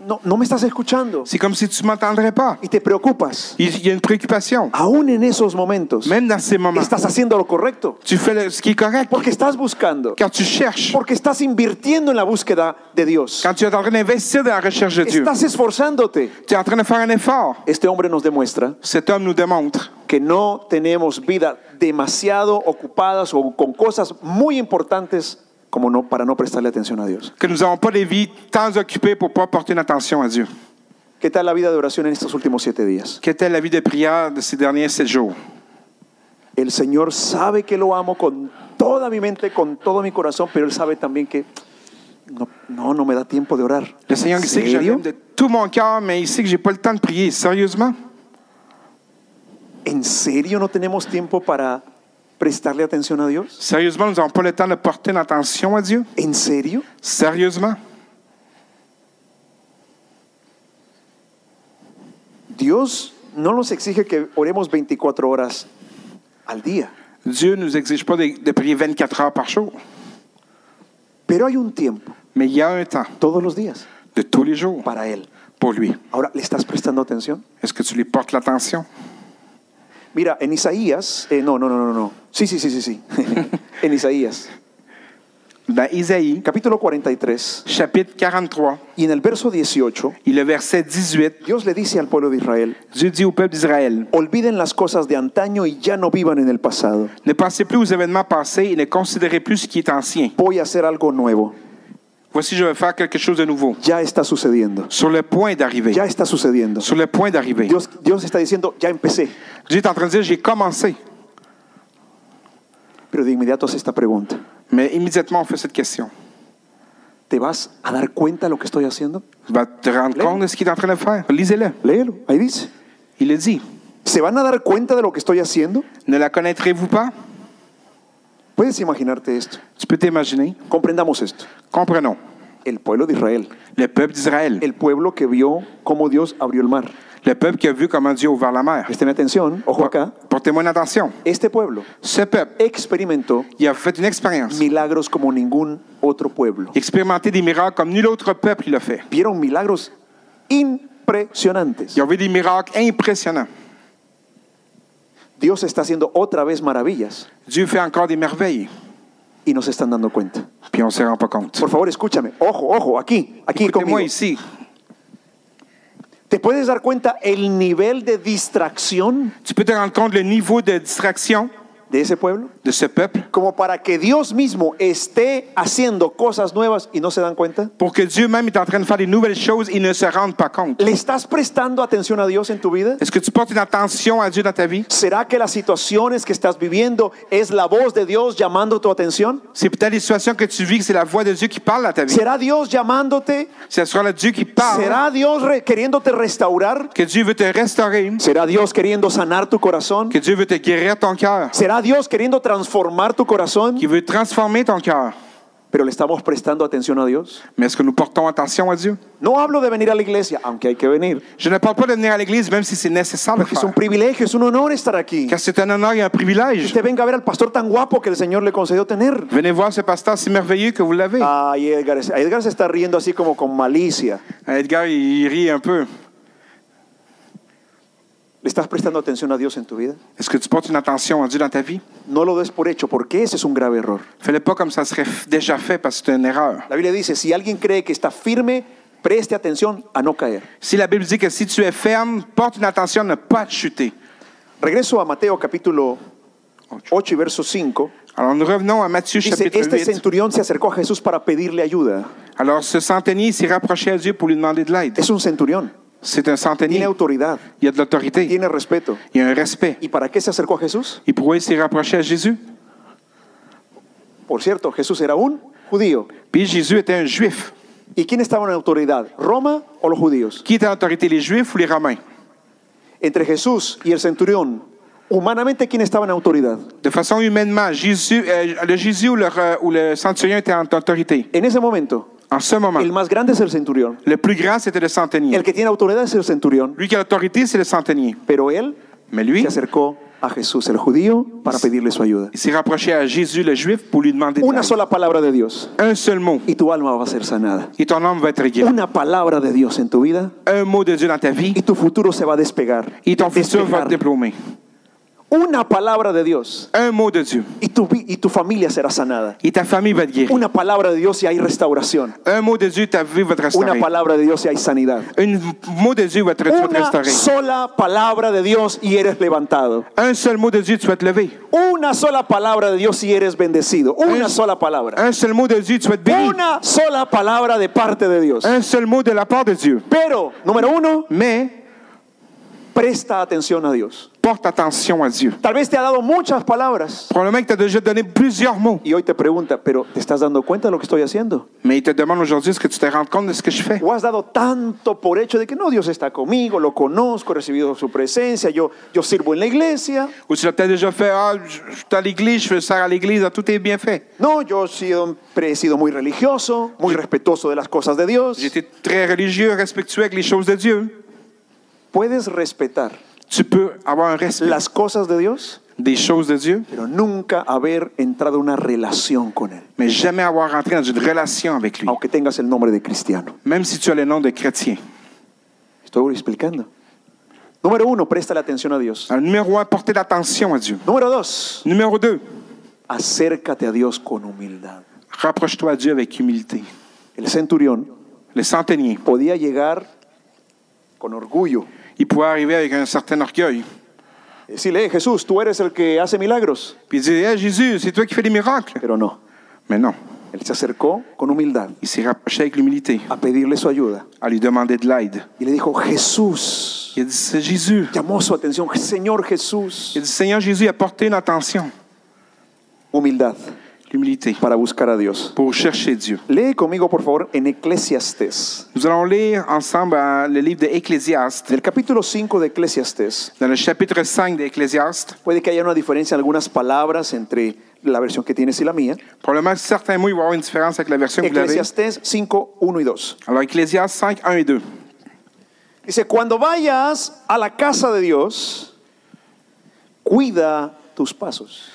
Speaker 2: no, no me estás escuchando
Speaker 3: C'est comme si tu m'entendrais pas.
Speaker 2: y te preocupas.
Speaker 3: Il y a une préoccupation,
Speaker 2: Aún en esos momentos,
Speaker 3: même dans ces moments.
Speaker 2: estás haciendo lo correcto
Speaker 3: Tu fais le- ce qui est correct,
Speaker 2: porque estás buscando,
Speaker 3: car tu cherches,
Speaker 2: porque estás invirtiendo en la búsqueda de Dios,
Speaker 3: quand tu es en train d'investir dans la recherche de Dieu,
Speaker 2: estás esforzándote.
Speaker 3: tu es en train de faire un effort.
Speaker 2: Este hombre nos demuestra
Speaker 3: Cet homme nous démontre
Speaker 2: que no tenemos vida demasiado ocupadas o con cosas muy importantes como no para no prestarle atención a Dios.
Speaker 3: que nous n'avons pas des vies tant occupées pour pas porter une attention à Dieu.
Speaker 2: ¿Qué tal la vida de oración en estos últimos siete días?
Speaker 3: Qu'était la vie de prière de ces derniers sept jours?
Speaker 2: El Señor sabe que lo amo con toda mi mente, con todo mi corazón, pero Él sabe también que no, no, no me da tiempo de orar.
Speaker 3: Le Seigneur il sait que je
Speaker 2: ¿Serio?
Speaker 3: l'aime de tout mon cœur, mais il sait que j'ai pas le temps de prier. Sérieusement?
Speaker 2: ¿En serio no tenemos tiempo para prestarle atención a Dios?
Speaker 3: Sérieusement, nous n'avons pas le temps de porter une attention à Dieu?
Speaker 2: ¿En serio?
Speaker 3: Sérieusement?
Speaker 2: Dios no nos exige que oremos 24 horas al día,
Speaker 3: Dieu ne nous exige pas de, de prier 24 heures par jour,
Speaker 2: pero hay un tiempo,
Speaker 3: mais il y a un temps
Speaker 2: todos los días,
Speaker 3: de tous les jours
Speaker 2: para Él.
Speaker 3: pour lui.
Speaker 2: Ahora, ¿le estás prestando atención?
Speaker 3: Est-ce que tu lui portes l'attention?
Speaker 2: Mira, en Isaías, eh, no, no, no, no, no. Sí, sí, sí, sí, sí. en Isaías,
Speaker 3: Dans Isaïe,
Speaker 2: capítulo 43,
Speaker 3: chapitre 43,
Speaker 2: y en el verso 18,
Speaker 3: et le verset 18,
Speaker 2: Dios le dice al pueblo de Israel,
Speaker 3: Dieu dit au peuple d'Israël,
Speaker 2: olviden las cosas de antaño y ya no vivan en el pasado.
Speaker 3: Ne pensez plus aux événements passés et ne considérez plus ce qui est ancien.
Speaker 2: Voy a hacer algo nuevo.
Speaker 3: Voici, je vais faire quelque chose de nouveau.
Speaker 2: Ya está sucediendo.
Speaker 3: Sur le point d'arriver.
Speaker 2: Ya está sucediendo.
Speaker 3: Sur le point d'arriver.
Speaker 2: Dios, Dios está diciendo, ya empecé.
Speaker 3: Dieu est en train de dire, j'ai commencé.
Speaker 2: Pero de inmediato hace esta pregunta.
Speaker 3: Mais immédiatement, on fait cette question.
Speaker 2: ¿Te vas a dar cuenta de lo que estoy haciendo?
Speaker 3: Va te rendre compte de ce qu'il est en train de faire. Lisez-le.
Speaker 2: Léelo, ahí dice.
Speaker 3: Il le dit.
Speaker 2: ¿Se van a dar cuenta de lo que estoy haciendo?
Speaker 3: Ne la connaîtrez-vous pas?
Speaker 2: Puedes imaginarte esto.
Speaker 3: Tu peux t'imaginer.
Speaker 2: Comprendamos esto.
Speaker 3: Comprenons.
Speaker 2: El pueblo de Israel,
Speaker 3: Le peuple d'Israël.
Speaker 2: el pueblo que vio cómo Dios abrió el mar,
Speaker 3: Le peuple qui a vu comment Dieu a ouvert la mer.
Speaker 2: Présteme atención, ojo acá.
Speaker 3: Portez-moi une attention.
Speaker 2: Este pueblo
Speaker 3: Ce peuple,
Speaker 2: experimentó
Speaker 3: il a fait une expérience.
Speaker 2: milagros como ningún otro pueblo.
Speaker 3: Expérimenté des miracles comme nul autre peuple l'a fait.
Speaker 2: Vieron milagros impresionantes.
Speaker 3: Ils ont vu des miracles impressionnants.
Speaker 2: Dios está haciendo otra vez maravillas
Speaker 3: Dieu fait encore des merveilles.
Speaker 2: y no se están dando cuenta.
Speaker 3: Puis on ne se rend pas compte.
Speaker 2: Por favor, escúchame. Ojo, ojo, aquí, aquí conmigo.
Speaker 3: Écoutez-moi ici.
Speaker 2: ¿Te puedes dar cuenta el nivel de distracción
Speaker 3: Tu peux te rendre compte le niveau de distraction
Speaker 2: de ese pueblo?
Speaker 3: de ce peuple
Speaker 2: Como para que Dios mismo esté haciendo cosas nuevas y no se dan cuenta.
Speaker 3: pour que Dieu même est en train de faire des nouvelles choses, ils ne se rendent pas compte.
Speaker 2: ¿Le estás prestando atención a Dios en tu vida?
Speaker 3: Est-ce que tu portes une attention à Dieu dans ta vie?
Speaker 2: ¿Será que las situaciones que estás viviendo es la voz de Dios llamando tu atención?
Speaker 3: C'est peut-être les situations que tu vis que c'est la voix de Dieu qui parle à ta vie.
Speaker 2: ¿Será Dios llamándote?
Speaker 3: C'est sera le Dieu qui parle
Speaker 2: ¿Será Dios re- queriéndote restaurar?
Speaker 3: que Dieu veut te restaurer,
Speaker 2: ¿Será Dios queriendo sanar tu corazón?
Speaker 3: que Dieu veut te guérir ton cœur,
Speaker 2: ¿Será Dios queriendo transformar tu corazón?
Speaker 3: qui veut transformer ton cœur.
Speaker 2: Pero le estamos prestando atención a Dios.
Speaker 3: Mais est-ce que nous portons attention à Dieu?
Speaker 2: No hablo de venir a la iglesia, aunque hay que venir.
Speaker 3: Je ne parle pas de venir à l'église, même si c'est nécessaire de le
Speaker 2: Porque es
Speaker 3: faire.
Speaker 2: un privilegio, es un honor estar aquí.
Speaker 3: Car c'est un honneur et un privilège.
Speaker 2: Usted venga a ver al pastor tan guapo que el Señor le concedió tener.
Speaker 3: Venez voir ce pasteur si merveilleux que vous l'avez.
Speaker 2: Ay, Edgar, Edgar se está riendo así como con malicia.
Speaker 3: Edgar, il rit un peu.
Speaker 2: ¿Le estás prestando atención a Dios en tu vida?
Speaker 3: Est-ce que tu portes une attention à Dieu dans ta vie?
Speaker 2: No lo des por hecho, porque ese es un grave error.
Speaker 3: Fais-le pas comme ça serait f- déjà fait parce que c'est une erreur.
Speaker 2: La Biblia dice, si alguien cree que está firme, preste atención a no caer.
Speaker 3: Si la Bible dit que si tu es ferme, porte une attention à ne pas te chuter.
Speaker 2: Regreso a Mateo capítulo 8 y verso 5.
Speaker 3: Alors nous revenons à Matthieu
Speaker 2: Dice,
Speaker 3: chapitre
Speaker 2: este
Speaker 3: 8.
Speaker 2: centurión se acercó a Jesús para pedirle ayuda.
Speaker 3: Alors ce centenier s'est rapproché à Dieu pour lui demander de l'aide.
Speaker 2: Es un centurión,
Speaker 3: C'est un
Speaker 2: tiene
Speaker 3: centenier.
Speaker 2: autoridad,
Speaker 3: Il y a de l'autorité.
Speaker 2: tiene respeto.
Speaker 3: Il y a un respect.
Speaker 2: ¿Y para qué se acercó a Jesús?
Speaker 3: Et pourquoi il s'est rapproché à Jésus?
Speaker 2: Por cierto, Jesús era un judío.
Speaker 3: Puis Jésus était un juif.
Speaker 2: ¿Y quién estaba en autoridad? ¿Roma o los judíos?
Speaker 3: Qui était en autorité, les juifs ou les romains?
Speaker 2: Entre Jesús y el centurión, humanamente, ¿quién estaba en autoridad?
Speaker 3: De façon humainement, Jésus, euh, le Jésus ou le, re- ou le centurion était en autorité.
Speaker 2: En ese momento,
Speaker 3: En ce moment,
Speaker 2: el más grande es el centurión.
Speaker 3: le plus grand, c'était le centenier.
Speaker 2: El que tiene autoridad es el centurión.
Speaker 3: Lui qui a l'autorité, c'est le centenier.
Speaker 2: Pero él
Speaker 3: Mais lui,
Speaker 2: se acercó a Jesús, el judío, para pedirle su ayuda.
Speaker 3: Il s'est rapproché à Jésus le Juif pour lui demander de
Speaker 2: Una
Speaker 3: l'aide.
Speaker 2: sola palabra de Dios
Speaker 3: un seul mot
Speaker 2: y tu alma va a ser sanada.
Speaker 3: et ton âme va être guérie.
Speaker 2: Una palabra de Dios en tu vida
Speaker 3: Un mot de Dieu dans ta vie
Speaker 2: y tu futuro se va a despegar.
Speaker 3: et ton futur va
Speaker 2: Despegar.
Speaker 3: te diplômer.
Speaker 2: Una palabra de Dios
Speaker 3: Un mot de Dieu
Speaker 2: y tu, vi- y tu familia será sanada.
Speaker 3: et ta famille va être guérie.
Speaker 2: Una palabra de Dios y hay restauración.
Speaker 3: Un mot de Dieu, ta vie va être
Speaker 2: Una
Speaker 3: restaurée.
Speaker 2: palabra de Dios y hay sanidad.
Speaker 3: Un mot de Dieu va te tu vas te
Speaker 2: Una
Speaker 3: restaurer.
Speaker 2: sola palabra de Dios y eres levantado.
Speaker 3: Un seul mot de Dieu, tu vas te lever.
Speaker 2: Una sola palabra de Dios y eres bendecido. Una
Speaker 3: Un-
Speaker 2: sola palabra.
Speaker 3: Un seul mot de Dieu, tu vas être béni.
Speaker 2: Una sola palabra de parte de Dios.
Speaker 3: Un seul mot de la part de Dieu.
Speaker 2: Pero, número uno,
Speaker 3: Mais
Speaker 2: presta atención a Dios.
Speaker 3: porte attention à Dieu.
Speaker 2: Tal vez te ha dado muchas palabras
Speaker 3: Probablement que tu as déjà donné plusieurs mots,
Speaker 2: y hoy te pregunta, pero ¿te estás dando cuenta de lo que estoy haciendo?
Speaker 3: mais il te demande aujourd'hui est-ce que tu te rends compte de ce que je fais?
Speaker 2: ¿O has dado tanto por hecho de que no, Dios está conmigo, lo conozco, he recibido su presencia, yo, yo sirvo en la iglesia?
Speaker 3: Ou tu l'as peut-être déjà fait, ah, je je suis à l'église, je fais ça à l'église, ah, tout est bien fait.
Speaker 2: No, yo he sido, he sido muy religioso, muy respetuoso de las cosas de Dios.
Speaker 3: J'étais très religieux, respectueux avec les choses de Dieu.
Speaker 2: Puedes respetar
Speaker 3: Tu peux avoir un respect
Speaker 2: las cosas de Dios,
Speaker 3: des choses de Dieu,
Speaker 2: pero nunca haber entrado en una relación con Él,
Speaker 3: mais jamais avoir rentré dans une relation avec lui,
Speaker 2: aunque tengas el nombre de cristiano.
Speaker 3: même si tu as le nom de chrétien.
Speaker 2: Estoy explicando. Número uno, presta la atención a Dios.
Speaker 3: Alors, numéro un, porter l'attention à Dieu.
Speaker 2: Número dos,
Speaker 3: Numéro deux,
Speaker 2: acércate a Dios con humildad.
Speaker 3: rapproche-toi à Dieu avec humilité.
Speaker 2: El centurión
Speaker 3: Le centenier,
Speaker 2: podía llegar con orgullo.
Speaker 3: il pouvait arriver avec un certain orgueil,
Speaker 2: Decirle, "Eh, Jesús, tú eres el que hace milagros.
Speaker 3: puis il dit Hey, Jésus, c'est toi qui fais les miracles.
Speaker 2: Pero no,
Speaker 3: Mais non,
Speaker 2: él se acercó con humildad
Speaker 3: il s'est rapproché avec l'humilité,
Speaker 2: a pedirle su ayuda.
Speaker 3: à lui demander de l'aide.
Speaker 2: Y le dijo, Jesús.
Speaker 3: Il a dit C'est Jésus.
Speaker 2: Llamó su atención, Señor
Speaker 3: Il
Speaker 2: Jesús.
Speaker 3: a dit Seigneur Jésus, apportez une attention,
Speaker 2: Humildad
Speaker 3: l'humilité,
Speaker 2: para buscar a Dios.
Speaker 3: pour chercher Dieu.
Speaker 2: Lee conmigo, por favor, en Eclesiastés.
Speaker 3: Nous allons lire ensemble euh, le livre de Ecclésiaste.
Speaker 2: En el capítulo 5 de Eclesiastés,
Speaker 3: Dans le chapitre 5 d'Ecclésiaste,
Speaker 2: puede que haya una diferencia en algunas palabras entre la versión que tienes y la mía.
Speaker 3: probablement certains mots, il va y avoir une différence avec la version que vous avez.
Speaker 2: Eclesiastés 5, 1 y 2.
Speaker 3: Alors, Ecclésiaste 5, 1 et 2.
Speaker 2: Dice, cuando vayas a la casa de Dios, cuida tus pasos.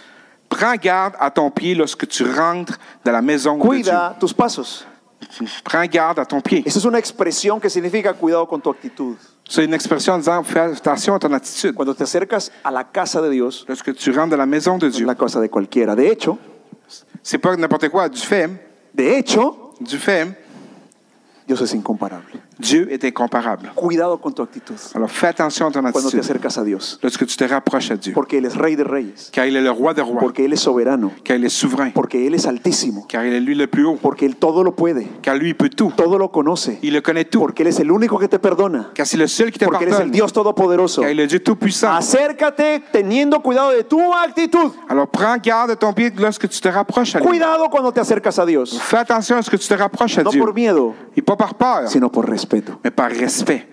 Speaker 3: Prends garde à ton pied lorsque tu rentres dans la maison
Speaker 2: Cuida tus pasos.
Speaker 3: de Dieu. Prends garde à ton pied.
Speaker 2: Esa es una expresión que significa cuidado con tu actitud.
Speaker 3: C'est une expression en disant fais attention à ton attitude.
Speaker 2: Cuando te acercas a la casa de Dios,
Speaker 3: Lorsque tu rentres dans la maison de
Speaker 2: no es
Speaker 3: Dieu,
Speaker 2: la casa de cualquiera. De hecho,
Speaker 3: c'est pas n'importe quoi. Du fait,
Speaker 2: de hecho,
Speaker 3: du fait,
Speaker 2: Dios es incomparable.
Speaker 3: Dieu est incomparable.
Speaker 2: Cuidado con tu actitud
Speaker 3: Alors fais attention à ton
Speaker 2: cuando te
Speaker 3: attitude
Speaker 2: acercas a Dios,
Speaker 3: lorsque tu te rapproches à Dieu.
Speaker 2: porque Él es rey de reyes,
Speaker 3: Car il est le roi des rois,
Speaker 2: porque Él es soberano,
Speaker 3: car il est souverain,
Speaker 2: porque Él es altísimo,
Speaker 3: car il est lui le plus haut,
Speaker 2: porque Él todo lo puede,
Speaker 3: car lui il peut tout.
Speaker 2: todo lo conoce,
Speaker 3: Il le connaît tout,
Speaker 2: porque Él es el único que te perdona,
Speaker 3: car c'est le seul qui te
Speaker 2: porque Él es el
Speaker 3: pardonne,
Speaker 2: Dios todopoderoso.
Speaker 3: car il est Dieu
Speaker 2: Ah,
Speaker 3: tout-puissant.
Speaker 2: Acércate teniendo cuidado de tu actitud.
Speaker 3: Alors prends garde à ton pied lorsque tu te rapproches à lui.
Speaker 2: Cuidado cuando te acercas a Dios.
Speaker 3: Fais attention à ce que tu te rapproches à
Speaker 2: No
Speaker 3: Dieu.
Speaker 2: por miedo,
Speaker 3: Et pas par peur,
Speaker 2: sino por respeto.
Speaker 3: mais par respect.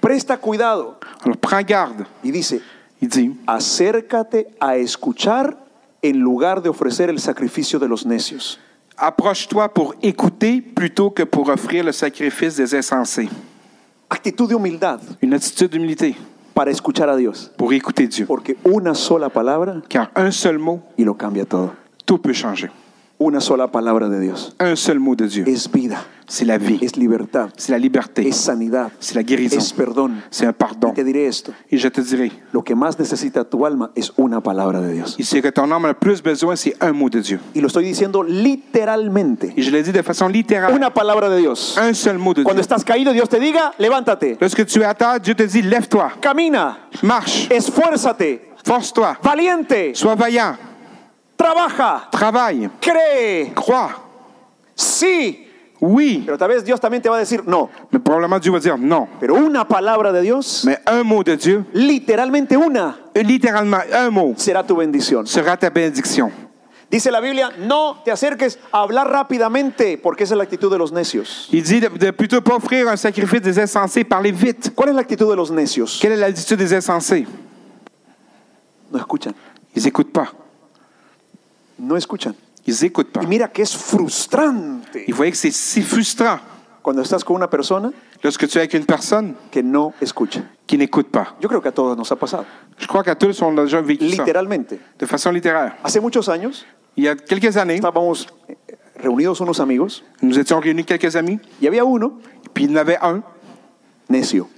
Speaker 2: Presta cuidado
Speaker 3: Alors prends garde.
Speaker 2: y dice,
Speaker 3: Il dit,
Speaker 2: acércate a escuchar en lugar de ofrecer el sacrificio de los necios.
Speaker 3: approche-toi pour écouter plutôt que pour offrir le sacrifice des insensés.
Speaker 2: Actitud de humildad
Speaker 3: Une attitude d'humilité
Speaker 2: para escuchar a Dios.
Speaker 3: pour écouter Dieu.
Speaker 2: Porque una sola palabra
Speaker 3: Car un seul mot,
Speaker 2: y lo cambia todo.
Speaker 3: tout peut changer.
Speaker 2: Una sola palabra de Dios.
Speaker 3: Un seul mot de Dieu,
Speaker 2: Es vida,
Speaker 3: c'est la vie,
Speaker 2: es libertad,
Speaker 3: c'est la liberté,
Speaker 2: es sanidad,
Speaker 3: c'est la guérison,
Speaker 2: es perdón.
Speaker 3: c'est un pardon.
Speaker 2: Y te diré esto,
Speaker 3: Et je te dirai,
Speaker 2: lo que más necesita tu alma es una palabra de Dios.
Speaker 3: et ce que ton âme a le plus besoin, c'est un mot de Dieu.
Speaker 2: Y lo estoy diciendo literalmente.
Speaker 3: Et je le dis de façon littérale,
Speaker 2: Una palabra de Dios.
Speaker 3: un seul mot de
Speaker 2: Cuando
Speaker 3: Dieu.
Speaker 2: estás caído, Dios te diga, levántate,
Speaker 3: Lorsque tu es à terre, Dieu te dit, lève-toi,
Speaker 2: camina,
Speaker 3: marche,
Speaker 2: esfuérzate,
Speaker 3: force-toi,
Speaker 2: valiente,
Speaker 3: sois vaillant,
Speaker 2: trabaja,
Speaker 3: travaille,
Speaker 2: cree,
Speaker 3: crois,
Speaker 2: sí.
Speaker 3: oui.
Speaker 2: Pero tal vez Dios también te va a decir, no.
Speaker 3: Mais probablement Dieu va dire non.
Speaker 2: Pero una palabra de Dios,
Speaker 3: Mais un mot de Dieu,
Speaker 2: literalmente una,
Speaker 3: littéralement un mot,
Speaker 2: será tu bendición.
Speaker 3: sera ta bénédiction.
Speaker 2: Dice la Biblia, no te acerques a hablar rápidamente, porque esa es la actitud de los necios.
Speaker 3: Il dit de, de plutôt pas offrir un sacrifice des insensés, parlez vite.
Speaker 2: ¿Cuál es la actitud de los necios?
Speaker 3: Quelle est l'attitude des insensés?
Speaker 2: No escuchan,
Speaker 3: Ils n'écoutent pas.
Speaker 2: no escuchan.
Speaker 3: Ils n'écoutent pas.
Speaker 2: Y mira que es frustrante
Speaker 3: Ils voyaient que c'est si frustrant
Speaker 2: cuando estás con una persona
Speaker 3: lorsque tu es avec une personne
Speaker 2: que no escucha.
Speaker 3: qui n'écoute pas.
Speaker 2: Yo creo que a todos nos ha pasado,
Speaker 3: Je crois qu'à tous, on a déjà vécu ça,
Speaker 2: literalmente.
Speaker 3: de façon littéraire.
Speaker 2: Hace muchos años
Speaker 3: Il y a quelques années,
Speaker 2: estábamos eh, reunidos unos amigos
Speaker 3: nous étions réunis quelques amis,
Speaker 2: y había uno
Speaker 3: puis il y en avait un,
Speaker 2: necio.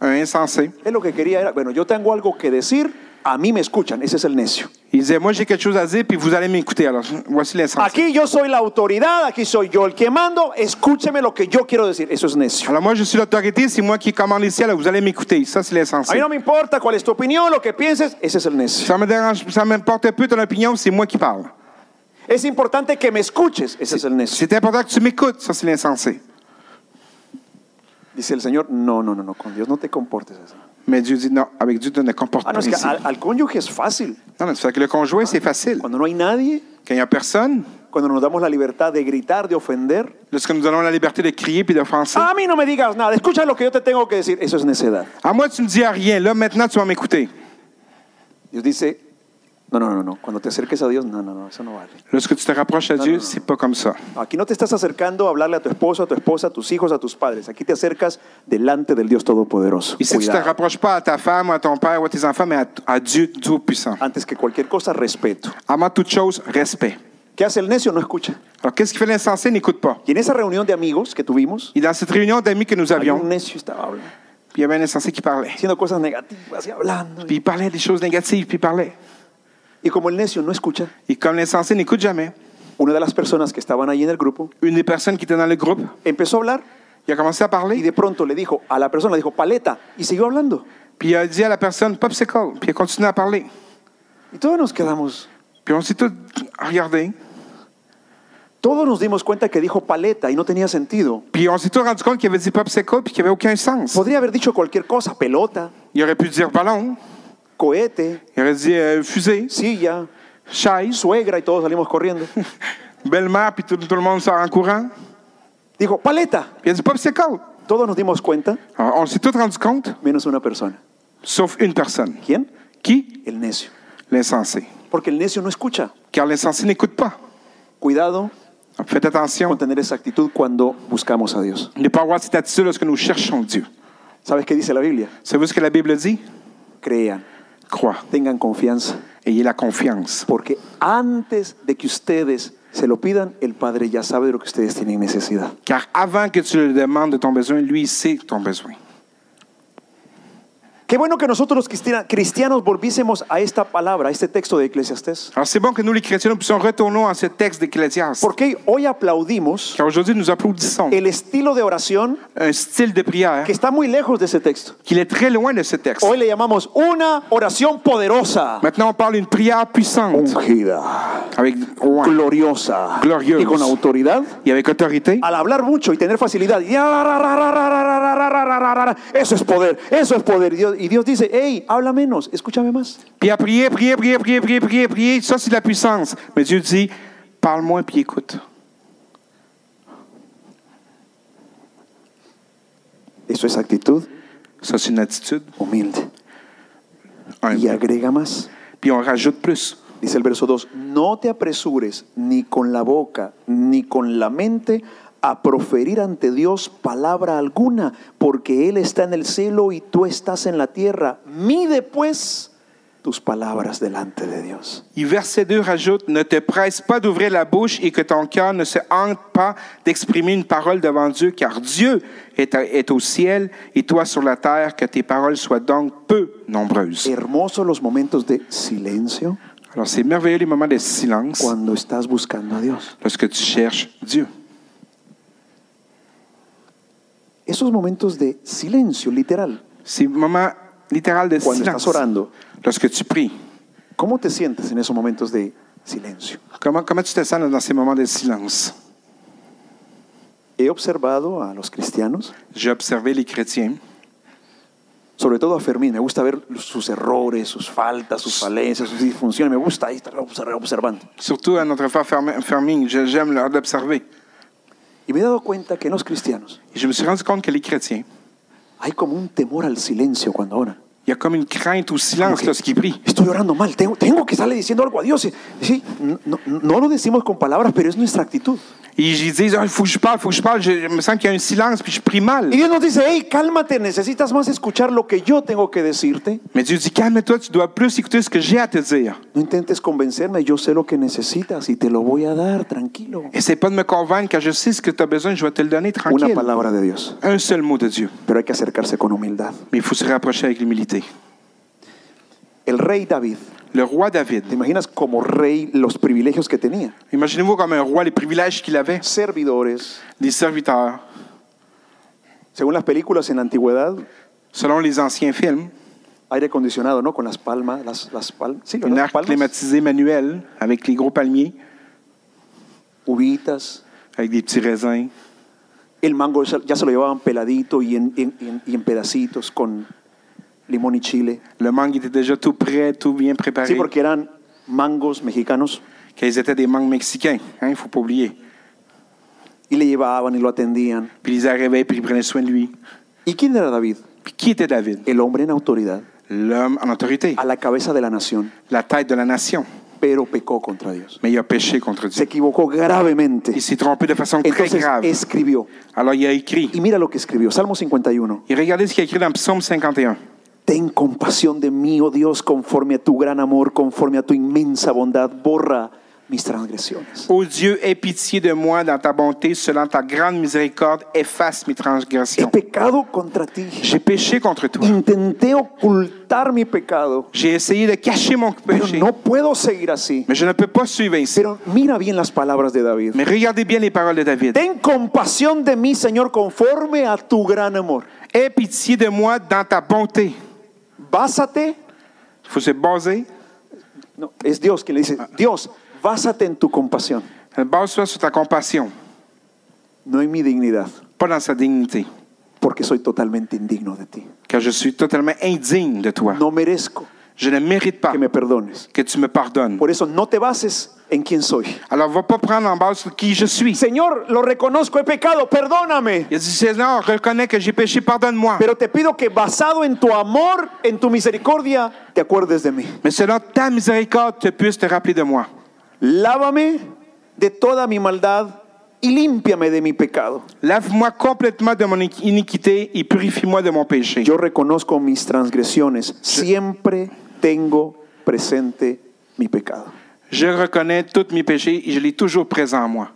Speaker 3: un insensé.
Speaker 2: Él lo que quería era, bueno, yo tengo algo que decir, a mí me escuchan, ese es el necio.
Speaker 3: Il disait, moi j'ai quelque chose à dire, puis vous allez m'écouter. Alors, voici l'insensé.
Speaker 2: Aquí yo soy la autoridad, aquí soy yo el que mando, escúcheme lo que yo quiero decir, eso es necio.
Speaker 3: Alors moi, je suis l'autorité, c'est moi qui commande les ciels, vous allez m'écouter. Ça, c'est
Speaker 2: A mí
Speaker 3: l'insensé.
Speaker 2: no me importa cuál es tu opinión, lo que pienses, ese es el necio.
Speaker 3: Ça me dérange, ça m'importe peu ton opinion, c'est moi qui parle.
Speaker 2: Es importante que me escuches, ese es el necio.
Speaker 3: C'est important que tu m'écoutes, ça c'est l'insensé.
Speaker 2: Dice el Señor, no, no, no, no, con Dios no te comportes así.
Speaker 3: Mais Dieu dit non, avec Dieu, tu ne comportes
Speaker 2: Ah, no,
Speaker 3: pas
Speaker 2: es que
Speaker 3: ainsi.
Speaker 2: al, al cónyuge es fácil.
Speaker 3: Non, non, c'est que le conjoint, c'est facile.
Speaker 2: Cuando no hay nadie,
Speaker 3: Quand il n'y a personne,
Speaker 2: cuando nos damos la libertad de gritar, de ofender,
Speaker 3: lorsque nous donnons la liberté de crier puis d'offenser,
Speaker 2: a mí no me digas nada, escucha lo que yo te tengo que decir, eso es necedad.
Speaker 3: à moi, tu ne dis rien, là, maintenant, tu vas m'écouter.
Speaker 2: Dios dice, no, no, no, no, cuando te acerques a Dios, no, no, no, eso no vale.
Speaker 3: Lorsque tu te rapproches à Dieu, c'est pas comme ça.
Speaker 2: Aquí no te estás acercando a hablarle a tu esposo, a tu esposa, a tus hijos, a tus padres. Aquí te acercas delante del Dios Todopoderoso.
Speaker 3: Ici, tu ne te
Speaker 2: Cuidado.
Speaker 3: rapproches pas à ta femme, ou à ton père, ou à tes enfants, mais à, à Dieu, Dieu puissant.
Speaker 2: Antes que cualquier cosa, respeto.
Speaker 3: Avant toute chose, respect.
Speaker 2: ¿Qué hace el necio? No escucha.
Speaker 3: Alors, qu'est-ce qui fait l'insensé? N'écoute pas.
Speaker 2: Y en esa reunión de amigos que tuvimos,
Speaker 3: Et dans cette réunion d'amis que nous
Speaker 2: había un
Speaker 3: avions,
Speaker 2: necio estaba hablando,
Speaker 3: puis il y avait un insensé qui parlait.
Speaker 2: haciendo cosas negativas y hablando.
Speaker 3: Puis il parlait des choses négatives, puis il parlait.
Speaker 2: Y como el necio no escucha,
Speaker 3: Et comme l'insensé n'écoute jamais,
Speaker 2: una de las personas que estaban ahí en el grupo
Speaker 3: une des personnes qui était dans le groupe,
Speaker 2: empezó a hablar
Speaker 3: il a commencé à
Speaker 2: y
Speaker 3: parler,
Speaker 2: de pronto le dijo a la persona, le dijo paleta y siguió hablando.
Speaker 3: puis il a dit à la personne popsicle, puis il a continué à parler.
Speaker 2: Y todos nos quedamos,
Speaker 3: Puis on s'est tous regardés,
Speaker 2: todos nos dimos cuenta que dijo paleta y no tenía sentido.
Speaker 3: puis on s'est tous rendu compte qu'il avait dit popsicle, puis qu'il n'y avait aucun sens.
Speaker 2: Podría haber dicho cualquier cosa, pelota,
Speaker 3: Il aurait pu dire ballon,
Speaker 2: cohete,
Speaker 3: il aurait dit euh, fusée,
Speaker 2: silla,
Speaker 3: chaise,
Speaker 2: suegra y todos salimos corriendo.
Speaker 3: belle-mère, puis tout, tout le monde sort en courant.
Speaker 2: Dijo, paleta.
Speaker 3: Puis il a dit popsicle.
Speaker 2: Todos nos dimos cuenta,
Speaker 3: Alors, on s'est tous rendu compte,
Speaker 2: menos una persona.
Speaker 3: sauf une personne.
Speaker 2: ¿Quién?
Speaker 3: Qui?
Speaker 2: El necio.
Speaker 3: L'insensé.
Speaker 2: Porque el necio no escucha.
Speaker 3: Car l'insensé n'écoute pas.
Speaker 2: Cuidado
Speaker 3: Alors, Faites attention
Speaker 2: con tener esa actitud cuando buscamos a Dios.
Speaker 3: de ne pas avoir cette attitude lorsque nous cherchons Dieu.
Speaker 2: ¿Sabes qué dice la Biblia?
Speaker 3: Savez-vous ce que la Bible dit?
Speaker 2: Crean,
Speaker 3: Crois.
Speaker 2: tengan confianza,
Speaker 3: Ayez la confiance.
Speaker 2: porque antes de que ustedes se lo pidan, el Padre ya sabe de lo que ustedes tienen necesidad.
Speaker 3: Car avant que tu le demandes de ton besoin, lui il sait ton besoin.
Speaker 2: Qué bueno que nosotros los cristia- cristianos volviésemos a esta palabra, a este texto de Eclesiastés.
Speaker 3: Alors c'est bon que nous les chrétiens, nous puissions retourner à ce texte d'Ecclésiaste.
Speaker 2: Porque hoy aplaudimos
Speaker 3: Car aujourd'hui, nous applaudissons
Speaker 2: el estilo de oración
Speaker 3: un style de prière
Speaker 2: que está muy lejos de ese texto.
Speaker 3: qu'il est très loin de ce texte.
Speaker 2: Hoy le llamamos una oración poderosa,
Speaker 3: Maintenant, on parle d'une prière puissante,
Speaker 2: ungida,
Speaker 3: avec, ouais,
Speaker 2: gloriosa
Speaker 3: Gloriosa.
Speaker 2: y con autoridad.
Speaker 3: et avec autorité.
Speaker 2: Al hablar mucho y tener facilidad, y ararararararararararararara, eso es poder, eso es poder. Y Dios, y Dios dice, hey, habla menos, escúchame más.
Speaker 3: Puis à prier, prier, prier, prier, prier, prier, prier, ça c'est de la puissance. Mais Dieu dit, parle-moi puis écoute.
Speaker 2: Eso es actitud
Speaker 3: Ça c'est une attitude.
Speaker 2: humilde.
Speaker 3: Un.
Speaker 2: Y agrega más.
Speaker 3: Puis on rajoute plus.
Speaker 2: Dice el verso 2, no te apresures ni con la boca ni con la mente a proferir ante Dios palabra alguna, porque Él está en el cielo y tú estás en la tierra. Mide pues tus palabras delante de Dios.
Speaker 3: Et verset 2 rajoute, ne te presse pas d'ouvrir la bouche et que ton cœur ne se hante pas d'exprimer une parole devant Dieu, car Dieu est, à- est au ciel et toi sur la terre, que tes paroles soient donc peu nombreuses.
Speaker 2: Hermosos los momentos de silencio
Speaker 3: Alors c'est merveilleux les moments de silence
Speaker 2: cuando estás buscando a Dios.
Speaker 3: lorsque tu cherches Dieu.
Speaker 2: Esos momentos de silencio, literal,
Speaker 3: C'est le moment littéral de
Speaker 2: cuando estás
Speaker 3: silence.
Speaker 2: orando.
Speaker 3: Lorsque tu pries,
Speaker 2: ¿Cómo te sientes en esos momentos de silencio?
Speaker 3: comment, comment tu te sens dans ces moments de silence?
Speaker 2: He observado a los cristianos
Speaker 3: J'ai observé les chrétiens,
Speaker 2: Sobre todo a Fermín, me gusta ver sus errores, sus faltas, sus falencias, sus disfunciones. Me gusta ahí estar observ- observando.
Speaker 3: surtout à notre frère Fermi- Ferming, je- j'aime l'art d'observer.
Speaker 2: Y me he dado cuenta que en los cristianos
Speaker 3: Et je me suis rendu compte que les chrétiens,
Speaker 2: hay como un temor al silencio cuando oran.
Speaker 3: il y a comme une crainte au silence
Speaker 2: Ok.
Speaker 3: lorsqu'ils prient.
Speaker 2: Estoy orando mal, tengo, tengo que estarle diciendo algo a Dios. Sí, no, no- no lo decimos con palabras, pero es nuestra actitud.
Speaker 3: Et ils disent, Ah, il faut que je parle, il faut que je parle, je, je me sens qu'il y a un silence, puis je prie mal.
Speaker 2: Y Dios nos dice, hey, cálmate, necesitas más escuchar lo que yo tengo que decirte.
Speaker 3: Mais Dieu dit, calme-toi, tu dois plus écouter ce que j'ai à te dire.
Speaker 2: No intentes convencerme, yo sé lo que necesitas y te lo voy a dar, tranquilo.
Speaker 3: Essaie pas de me convaincre, car je sais ce que tu as besoin, je vais te le donner
Speaker 2: Una
Speaker 3: tranquille.
Speaker 2: palabra de Dios,
Speaker 3: Un seul mot de Dieu.
Speaker 2: pero hay que acercarse con humildad.
Speaker 3: Mais il faut se rapprocher avec l'humilité.
Speaker 2: El rey David
Speaker 3: Le roi David,
Speaker 2: ¿Te imaginas como rey los privilegios que tenía?
Speaker 3: imaginez-vous comme un roi, les privilèges qu'il avait,
Speaker 2: Servidores.
Speaker 3: des serviteurs.
Speaker 2: Según las películas en la antigüedad,
Speaker 3: Selon les anciens films,
Speaker 2: aire acondicionado, ¿no? Con las palmas, las, las palmas. Sí,
Speaker 3: une
Speaker 2: las
Speaker 3: arc
Speaker 2: palmas.
Speaker 3: climatisée manuelle avec les gros palmiers,
Speaker 2: Uvitas.
Speaker 3: avec des petits raisins.
Speaker 2: El mango ya ya se lo llevaban peladito y en, en- en- y en pedacitos con limón y chile.
Speaker 3: Le mangue était déjà tout prêt, tout bien préparé.
Speaker 2: Sí, porque eran mangos mexicanos
Speaker 3: qu'ils étaient des mangues mexicains, il ne faut pas oublier.
Speaker 2: y le llevaban y lo atendían.
Speaker 3: Puis ils arrivaient, puis ils prenaient soin de lui.
Speaker 2: ¿Y quién era David?
Speaker 3: Puis qui était David?
Speaker 2: El hombre en autoridad,
Speaker 3: L'homme en autorité,
Speaker 2: a la cabeza de la nación,
Speaker 3: la tête de la nation.
Speaker 2: pero pecó contra Dios.
Speaker 3: Mais il a péché contre
Speaker 2: Se
Speaker 3: Dieu.
Speaker 2: equivocó gravemente.
Speaker 3: Il s'est trompé de façon très
Speaker 2: Entonces
Speaker 3: grave.
Speaker 2: escribió.
Speaker 3: Alors il a écrit.
Speaker 2: Y mira lo que escribió, Salmo 51.
Speaker 3: Et regardez ce qu'il a écrit dans Psaume 51.
Speaker 2: Ten compasión de mí, oh Dios, conforme a tu gran amor, conforme a tu inmensa bondad, borra mis transgresiones.
Speaker 3: Ô Dieu, aie pitié de moi dans ta bonté, selon ta grande miséricorde, efface mes
Speaker 2: He
Speaker 3: transgressions.
Speaker 2: pecado contra ti.
Speaker 3: J'ai péché contre toi.
Speaker 2: Intenté ocultar mi pecado,
Speaker 3: J'ai essayé de cacher mon
Speaker 2: pero
Speaker 3: péché,
Speaker 2: no puedo seguir así.
Speaker 3: mais je ne peux pas suivre ainsi.
Speaker 2: Pero mira bien las palabras de David.
Speaker 3: Mais regardez bien les paroles de David.
Speaker 2: Ten compasión de mí, Señor, conforme a tu gran amor.
Speaker 3: Aie pitié de moi dans ta bonté.
Speaker 2: Básate,
Speaker 3: Il faut se baser.
Speaker 2: no, es Dios quien le dice, Dios, básate en tu compasión,
Speaker 3: Base-toi sur ta compassion,
Speaker 2: no en mi dignidad,
Speaker 3: pas dans sa dignité,
Speaker 2: porque soy totalmente indigno de ti.
Speaker 3: car je suis totalement indigne de toi.
Speaker 2: No merezco
Speaker 3: Je ne mérite pas
Speaker 2: que me perdones.
Speaker 3: que tu me pardonnes.
Speaker 2: Por eso no te bases en quién soy.
Speaker 3: Alors, va pas prendre en base sur qui je suis.
Speaker 2: Señor, lo reconozco, he pecado, perdóname.
Speaker 3: Il a dit, Seigneur, reconnais que j'ai péché, pardonne-moi.
Speaker 2: Pero te pido que basado en tu amor, en tu misericordia, te acuerdes de mí.
Speaker 3: Mais selon ta miséricorde, tu puisses te rappeler de moi.
Speaker 2: Lávame de toda mi maldad y límpiame de mi pecado.
Speaker 3: Lave-moi complètement de mon iniquité et purifie-moi de mon péché.
Speaker 2: Yo reconozco mis transgresiones. Siempre tengo presente mi pecado.
Speaker 3: Je reconnais tous mes péchés et je l'ai toujours présent en moi.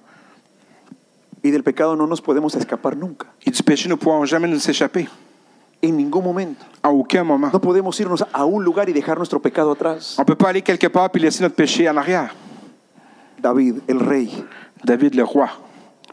Speaker 2: Y del pecado no nos podemos escapar nunca.
Speaker 3: Et du péché, nous ne pourrons jamais nous échapper.
Speaker 2: En ningún momento.
Speaker 3: À aucun moment.
Speaker 2: No podemos irnos a un lugar y dejar nuestro pecado atrás.
Speaker 3: On ne peut pas aller quelque part et laisser notre péché en arrière.
Speaker 2: David, el rey,
Speaker 3: David le roi,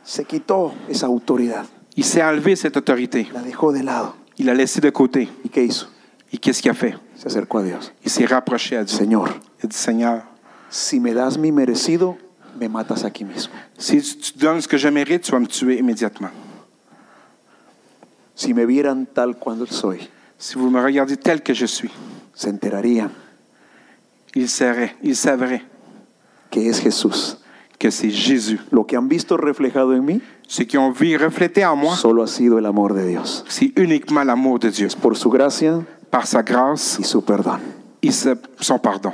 Speaker 2: se quitó esa autoridad.
Speaker 3: il s'est enlevé cette autorité.
Speaker 2: La dejó de lado.
Speaker 3: Il l'a laissé de côté.
Speaker 2: ¿Y qué hizo?
Speaker 3: Et qu'est-ce qu'il a fait?
Speaker 2: Se acercó a Dios.
Speaker 3: Il s'est rapproché à Dieu.
Speaker 2: Señor,
Speaker 3: Il a dit, Seigneur,
Speaker 2: si me das mi merecido, me matas aquí mismo.
Speaker 3: si tu tu donnes ce que je mérite, tu vas me tuer immédiatement.
Speaker 2: Si me vieran tal cuando soy,
Speaker 3: Si vous me regardez tel que je suis,
Speaker 2: se enterarían
Speaker 3: il serait, il savrait
Speaker 2: que es Jesús.
Speaker 3: que c'est Jésus.
Speaker 2: Lo que han visto reflejado en mí
Speaker 3: Ce qui ont vu refléter en moi,
Speaker 2: solo ha sido el amor de Dios.
Speaker 3: c'est uniquement l'amour de Dieu.
Speaker 2: Por su gracia
Speaker 3: Par sa grâce
Speaker 2: y su perdón.
Speaker 3: et sa- son pardon.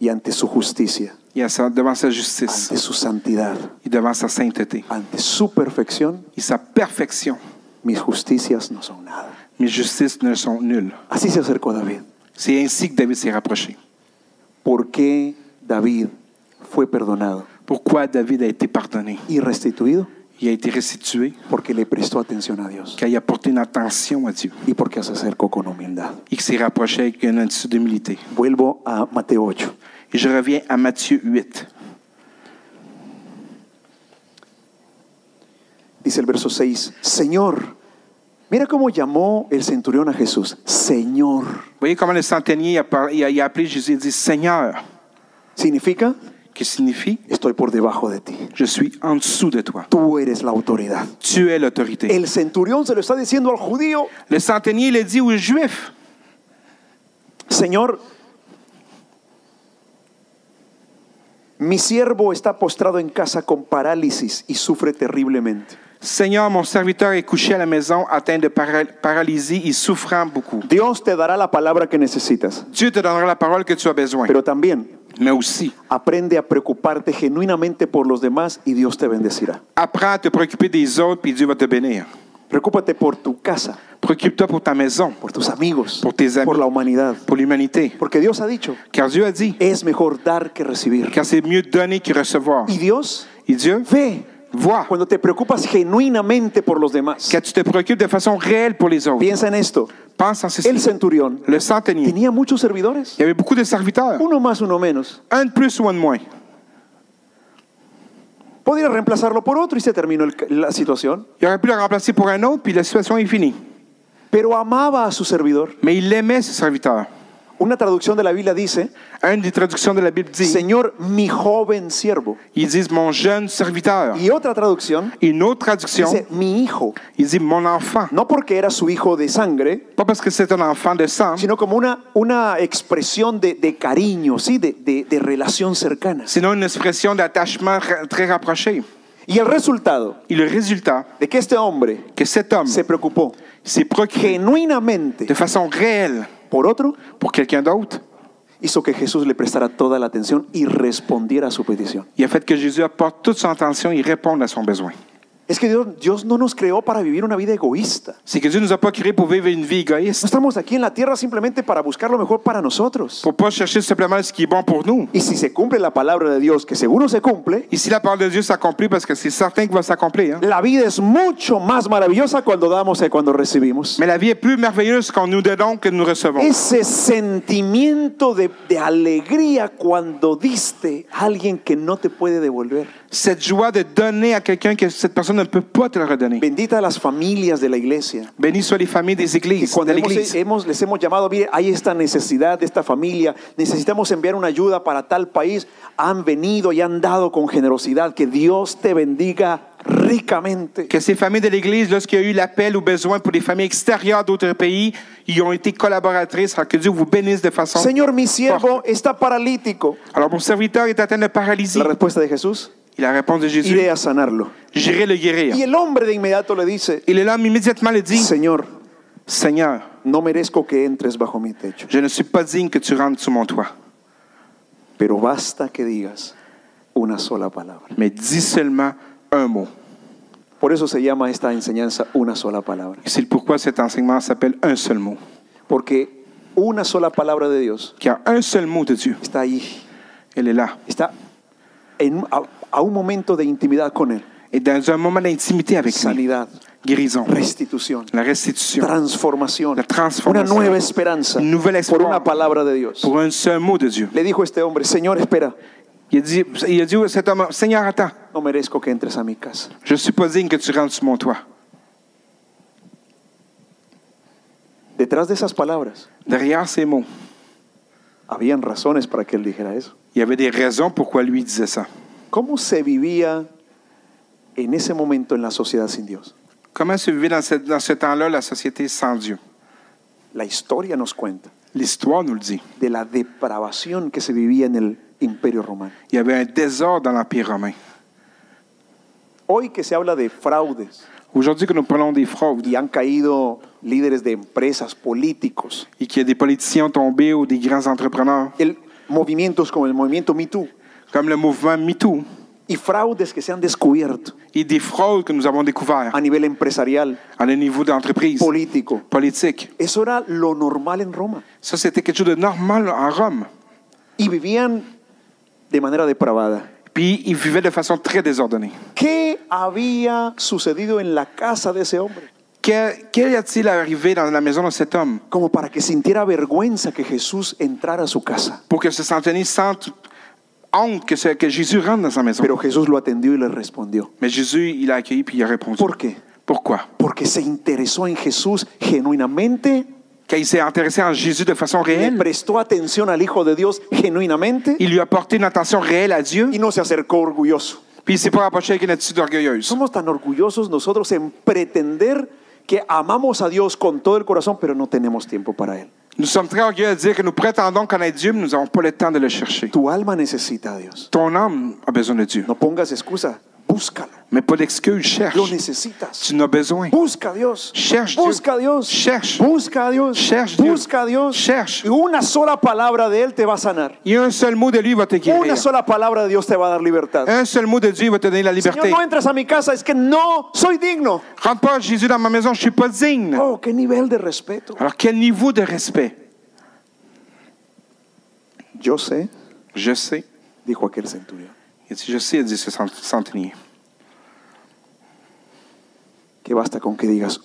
Speaker 2: Y ante su justicia,
Speaker 3: Il a sa- devant sa justice
Speaker 2: ante su santidad,
Speaker 3: et devant sa sainteté
Speaker 2: ante su perfección,
Speaker 3: et sa perfection,
Speaker 2: mis justicias no son nada.
Speaker 3: mes justices ne sont nulles.
Speaker 2: Así se acercó David.
Speaker 3: C'est ainsi que David s'est rapproché.
Speaker 2: ¿Por qué David fue perdonado
Speaker 3: Pourquoi David a été pardonné?
Speaker 2: y restituido?
Speaker 3: Il a été restitué
Speaker 2: Porque le prestó atención a Dios
Speaker 3: car il a porté une attention à Dieu
Speaker 2: y porque se acercó con humildad.
Speaker 3: et qu'il s'est rapproché avec une attitude d'humilité.
Speaker 2: Vuelvo a Mateo 8.
Speaker 3: Et je reviens à Matthieu 8.
Speaker 2: Dice el verso 6, Señor, mira cómo llamó el centurión a Jesús, Señor.
Speaker 3: Vous voyez comment le centenier a, par- il a- il a appelé Jésus et dit Seigneur,
Speaker 2: Significa,
Speaker 3: qui signifie
Speaker 2: estoy por debajo de ti.
Speaker 3: Je suis en dessous de toi.
Speaker 2: Tú eres la autoridad.
Speaker 3: Tu es l'autorité.
Speaker 2: El centurión se lo está diciendo al judío,
Speaker 3: Le centenier le dit aux Juifs
Speaker 2: Señor, mi siervo está postrado en casa con parálisis y sufre terriblemente.
Speaker 3: Seigneur, mon serviteur est couché à la maison, atteint de para- paralysie et souffrant beaucoup.
Speaker 2: Dios te dará la palabra que necesitas,
Speaker 3: Dieu te donnera la parole que tu as besoin,
Speaker 2: pero también
Speaker 3: mais aussi
Speaker 2: aprende a preocuparte genuinamente por los demás y Dios te bendecirá.
Speaker 3: apprends à te préoccuper des autres, puis Dieu va te bénir.
Speaker 2: Preocúpate por tu casa,
Speaker 3: Préoccupe-toi pour ta maison,
Speaker 2: por tus amigos,
Speaker 3: Por tus ami-
Speaker 2: por la humanidad.
Speaker 3: pour l'humanité.
Speaker 2: Porque Dios ha dicho,
Speaker 3: Car Dieu a dit,
Speaker 2: es mejor dar que recibir.
Speaker 3: car c'est mieux donner que recevoir.
Speaker 2: Y Dios
Speaker 3: Et Dieu
Speaker 2: ve
Speaker 3: voit
Speaker 2: cuando te preocupas genuinamente por los demás.
Speaker 3: quand tu te préoccupes de façon réelle pour les autres.
Speaker 2: Piensa en esto.
Speaker 3: Pense en ceci.
Speaker 2: El centurión
Speaker 3: Le centenier.
Speaker 2: tenía muchos servidores,
Speaker 3: Il y avait beaucoup de serviteurs.
Speaker 2: uno más, uno menos.
Speaker 3: Un de plus ou un de moins.
Speaker 2: Podría reemplazarlo por otro y se terminó el- la situación.
Speaker 3: Il aurait pu le remplacer pour un autre, puis la situation est finie.
Speaker 2: Pero amaba a su servidor.
Speaker 3: Mais il aimait ce serviteur.
Speaker 2: Una traducción de la Biblia dice,
Speaker 3: Une des traductions de la Bible dit,
Speaker 2: Señor, mi joven siervo.
Speaker 3: ils disent mon jeune serviteur.
Speaker 2: Y otra traducción
Speaker 3: Une autre traduction,
Speaker 2: dice, mi hijo.
Speaker 3: il dit mon enfant.
Speaker 2: No porque era su hijo de sangre,
Speaker 3: Pas parce que c'est un enfant de sang,
Speaker 2: sino como una, una expresión de, de cariño, ¿sí? de, de- de relación cercana.
Speaker 3: sinon une expression d'attachement ra- très rapprochée.
Speaker 2: Y el resultado
Speaker 3: Et le résultat,
Speaker 2: de que este hombre
Speaker 3: que cet homme
Speaker 2: se préocupó
Speaker 3: s'est procuré de
Speaker 2: genuinamente
Speaker 3: façon réelle
Speaker 2: por otro,
Speaker 3: pour quelqu'un d'autre,
Speaker 2: hizo que Jesús le prestara toda la atención y respondiera a su petición.
Speaker 3: il a fait que Jésus apporte toute son attention et réponde à son besoin.
Speaker 2: Es que Dios, Dios no nos creó para vivir una vida egoísta.
Speaker 3: C'est que Dieu ne nous a pas créés pour vivre une vie
Speaker 2: No
Speaker 3: égoïste,
Speaker 2: estamos aquí en la tierra simplemente para buscar lo mejor para nosotros.
Speaker 3: pour pas chercher simplement ce qui est bon pour nous.
Speaker 2: Y si se cumple la palabra de Dios, que seguro se cumple,
Speaker 3: Ici, la parole de Dieu s'accomplit parce que c'est certain qu'il va s'accomplir. hein.
Speaker 2: la vida es mucho más maravillosa cuando damos que cuando recibimos.
Speaker 3: Mais la vie est plus merveilleuse qu'on nous donnons que nous recevons.
Speaker 2: Ese sentimiento de, de alegría cuando diste a alguien que no te puede devolver.
Speaker 3: Cette joie de donner à quelqu'un que cette personne ne peut pas te le redonner.
Speaker 2: Bendita las familias de la iglesia.
Speaker 3: Béni soient les familles des
Speaker 2: Que
Speaker 3: églises, de
Speaker 2: cuando hemos,
Speaker 3: l'église.
Speaker 2: hemos- les hemos llamado, mire, hay esta necesidad de esta familia, necesitamos enviar una ayuda para tal país, han venido y han dado con generosidad. Que Dios te bendiga ricamente.
Speaker 3: Que ces familles de l'église, lorsqu'il y a eu l'appel ou besoin pour les familles extérieures d'autres pays, ils ont été collaboratrices. Alors que Dieu vous bénisse de façon.
Speaker 2: Señor, mi siervo está paralítico.
Speaker 3: Alors mon serviteur est atteint de paralysie.
Speaker 2: La respuesta de Jesús,
Speaker 3: Il a répondu de Jésus
Speaker 2: iré a sanarlo.
Speaker 3: J'irai le
Speaker 2: Y
Speaker 3: guérir.
Speaker 2: el hombre de inmediato le dice,
Speaker 3: Et l'homme immédiatement le dit
Speaker 2: Señor,
Speaker 3: Seigneur,
Speaker 2: no merezco que entres bajo mi techo.
Speaker 3: je ne suis pas digne que tu rentres sous mon toit.
Speaker 2: Pero basta que digas una sola palabra
Speaker 3: Mais dis seulement un mot.
Speaker 2: Por eso se llama esta enseñanza una sola palabra.
Speaker 3: C'est pourquoi cet enseignement s'appelle un seul mot.
Speaker 2: Porque una sola palabra de Dios
Speaker 3: Car un seul mot de Dieu,
Speaker 2: está ahí.
Speaker 3: elle est là.
Speaker 2: Está en, a, a un momento de intimidad con Él.
Speaker 3: Et dans un moment d'intimité avec lui,
Speaker 2: Sanidad,
Speaker 3: guérison,
Speaker 2: restitución,
Speaker 3: la restitution,
Speaker 2: transformación,
Speaker 3: La transformación.
Speaker 2: una nueva esperanza
Speaker 3: Une nouvelle
Speaker 2: por
Speaker 3: espoir.
Speaker 2: una palabra de Dios.
Speaker 3: pour un seul mot de Dieu.
Speaker 2: Le dijo este hombre, Señor, espera,
Speaker 3: Il a dit, il a dit à cet homme, Seigneur, attends,
Speaker 2: no merezco que entres a mi casa.
Speaker 3: je suis pas digne que tu rentres sur mon toit.
Speaker 2: Detrás de esas palabras
Speaker 3: Derrière ces mots,
Speaker 2: habían razones para que él dijera eso.
Speaker 3: il y avait des raisons pourquoi lui disait ça.
Speaker 2: ¿Cómo se vivía en ese momento en la sociedad sin Dios?
Speaker 3: Comment se vivait dans ce, dans ce temps-là la société sans Dieu?
Speaker 2: La historia nos cuenta
Speaker 3: L'histoire nous le dit.
Speaker 2: de la depravación que se vivía en el imperio romano.
Speaker 3: Il y avait un désordre dans l'Empire romain.
Speaker 2: Hoy que se habla de fraudes
Speaker 3: Aujourd'hui que nous parlons des fraudes
Speaker 2: y han caído líderes de empresas, políticos,
Speaker 3: et qu'il y a des politiciens tombés ou des grands entrepreneurs,
Speaker 2: el- movimientos como el movimiento Me Too
Speaker 3: comme le mouvement MeToo,
Speaker 2: y fraudes que se han descubierto
Speaker 3: et des fraudes que nous avons découvertes
Speaker 2: a nivel empresarial,
Speaker 3: à le niveau d'entreprise
Speaker 2: político.
Speaker 3: politique.
Speaker 2: Eso era lo normal en Roma.
Speaker 3: Ça, c'était quelque chose de normal en Rome.
Speaker 2: Y vivían de manera depravada.
Speaker 3: Puis, ils vivaient de façon très désordonnée.
Speaker 2: ¿Qué había sucedido en la casa de ese hombre?
Speaker 3: Que- Qu'y a-t-il arrivé dans la maison de cet homme
Speaker 2: Como para que sintiera vergüenza que Jesús entrara a su casa.
Speaker 3: pour que ce centenier sente honte que, ce- que Jésus rentre dans sa maison?
Speaker 2: Pero Jesús lo atendió y le respondió.
Speaker 3: Mais Jésus, il a accueilli puis il a répondu.
Speaker 2: ¿Por qué?
Speaker 3: Pourquoi?
Speaker 2: Porque se interesó en Jesús genuinamente,
Speaker 3: Quand il s'est intéressé en Jésus de façon
Speaker 2: le
Speaker 3: réelle,
Speaker 2: prestó atención al Hijo de Dios genuinamente
Speaker 3: il lui a porté une attention réelle à Dieu,
Speaker 2: y no se acercó orgulloso.
Speaker 3: puis il s'est pas rapproché avec une attitude orgueilleuse.
Speaker 2: Somos tan orgullosos nosotros en pretender que amamos a Dios con todo el corazón, pero no tenemos tiempo para Él.
Speaker 3: Nous sommes très orgueilleux à dire que nous prétendons connaître Dieu, mais nous n'avons pas le temps de le chercher.
Speaker 2: Tu alma necesita a Dios.
Speaker 3: Ton âme a besoin de Dieu,
Speaker 2: No pongas excusa, búscalo.
Speaker 3: mais pas d'excuse, cherche.
Speaker 2: Lo necesitas.
Speaker 3: Tu n'as besoin.
Speaker 2: Busca a Dios.
Speaker 3: Cherche Dios.
Speaker 2: Busca a Dios.
Speaker 3: Cherche.
Speaker 2: Busca a Dios.
Speaker 3: Cherche Dios.
Speaker 2: Busca a Dios.
Speaker 3: Cherche.
Speaker 2: Y una sola palabra de Él te va a sanar.
Speaker 3: Il y a un seul mot de lui, il va te guérir.
Speaker 2: Una sola palabra de Dios te va a dar libertad.
Speaker 3: Un seul mot de Dieu, il va te donner la
Speaker 2: Señor,
Speaker 3: liberté.
Speaker 2: no entras a mi casa, es que no soy digno.
Speaker 3: Rentre pas Jésus dans ma maison, je suis pas digne.
Speaker 2: Oh, qué nivel de respeto.
Speaker 3: Alors quel niveau de respect?
Speaker 2: Yo sé,
Speaker 3: Je sais.
Speaker 2: dijo aquel centurión,
Speaker 3: Il dit, je sais, dit ce cent- centenier,
Speaker 2: que basta con que digas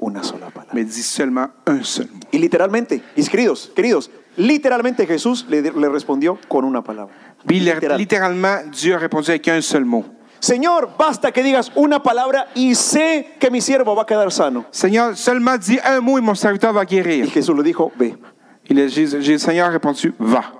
Speaker 2: una sola palabra.
Speaker 3: mais dit seulement un seul mot.
Speaker 2: Y literalmente, mis queridos, queridos, literalmente Jesús le, le respondió con una palabra.
Speaker 3: Puis il a-
Speaker 2: Littéral.
Speaker 3: littéralement, Dieu a répondu avec un seul mot.
Speaker 2: Señor, basta que digas una palabra y sé que mi siervo va a quedar sano.
Speaker 3: Seigneur, seulement dis un mot et mon serviteur va
Speaker 2: Y
Speaker 3: guérir.
Speaker 2: Jesús le dijo, ve.
Speaker 3: Il a, Jésus- Jésus- le Seigneur a répondu, va.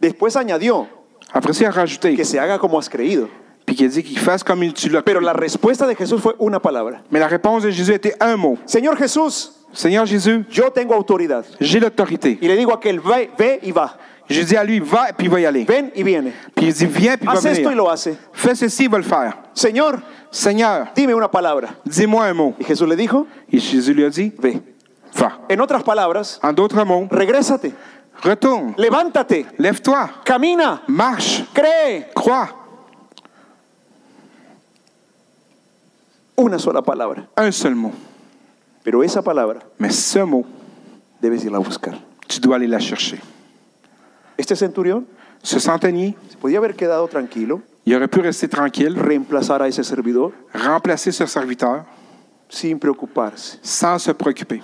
Speaker 2: Después añadió
Speaker 3: Après ça, il a rajouté,
Speaker 2: que se haga como has creído.
Speaker 3: puis il a dit qu'il fasse comme il- tu l'as
Speaker 2: Pero
Speaker 3: cru.
Speaker 2: la respuesta de Jesús fue una palabra.
Speaker 3: Mais la réponse de Jésus était un mot.
Speaker 2: Señor Jesús,
Speaker 3: Seigneur Jésus,
Speaker 2: yo tengo autoridad.
Speaker 3: j'ai l'autorité.
Speaker 2: Y le digo a aquel, ve, ve y va.
Speaker 3: J'ai dit à lui, va, puis il va y aller.
Speaker 2: Ven y viene.
Speaker 3: Puis il dit, viens, puis il va
Speaker 2: Haz esto y
Speaker 3: venir.
Speaker 2: lo hace.
Speaker 3: Fais ceci, il va le faire.
Speaker 2: Señor,
Speaker 3: Seigneur,
Speaker 2: dime una palabra.
Speaker 3: dis-moi un mot.
Speaker 2: Y Jesús le dijo,
Speaker 3: Et Jésus lui a dit,
Speaker 2: ve.
Speaker 3: va.
Speaker 2: En otras palabras,
Speaker 3: En d'autres mots,
Speaker 2: regrésate,
Speaker 3: retourne,
Speaker 2: levántate,
Speaker 3: lève-toi,
Speaker 2: camina,
Speaker 3: marche,
Speaker 2: cree.
Speaker 3: crois.
Speaker 2: Una sola palabra.
Speaker 3: Un seul mot.
Speaker 2: Pero esa palabra
Speaker 3: Mais ce mot,
Speaker 2: debes irla a buscar.
Speaker 3: tu dois aller la chercher.
Speaker 2: Este centurión
Speaker 3: Ce centenier,
Speaker 2: se podía haber quedado tranquilo,
Speaker 3: il aurait pu rester tranquille,
Speaker 2: reemplazar a ese servidor
Speaker 3: remplacer ce serviteur
Speaker 2: sin preocuparse.
Speaker 3: sans se préoccuper.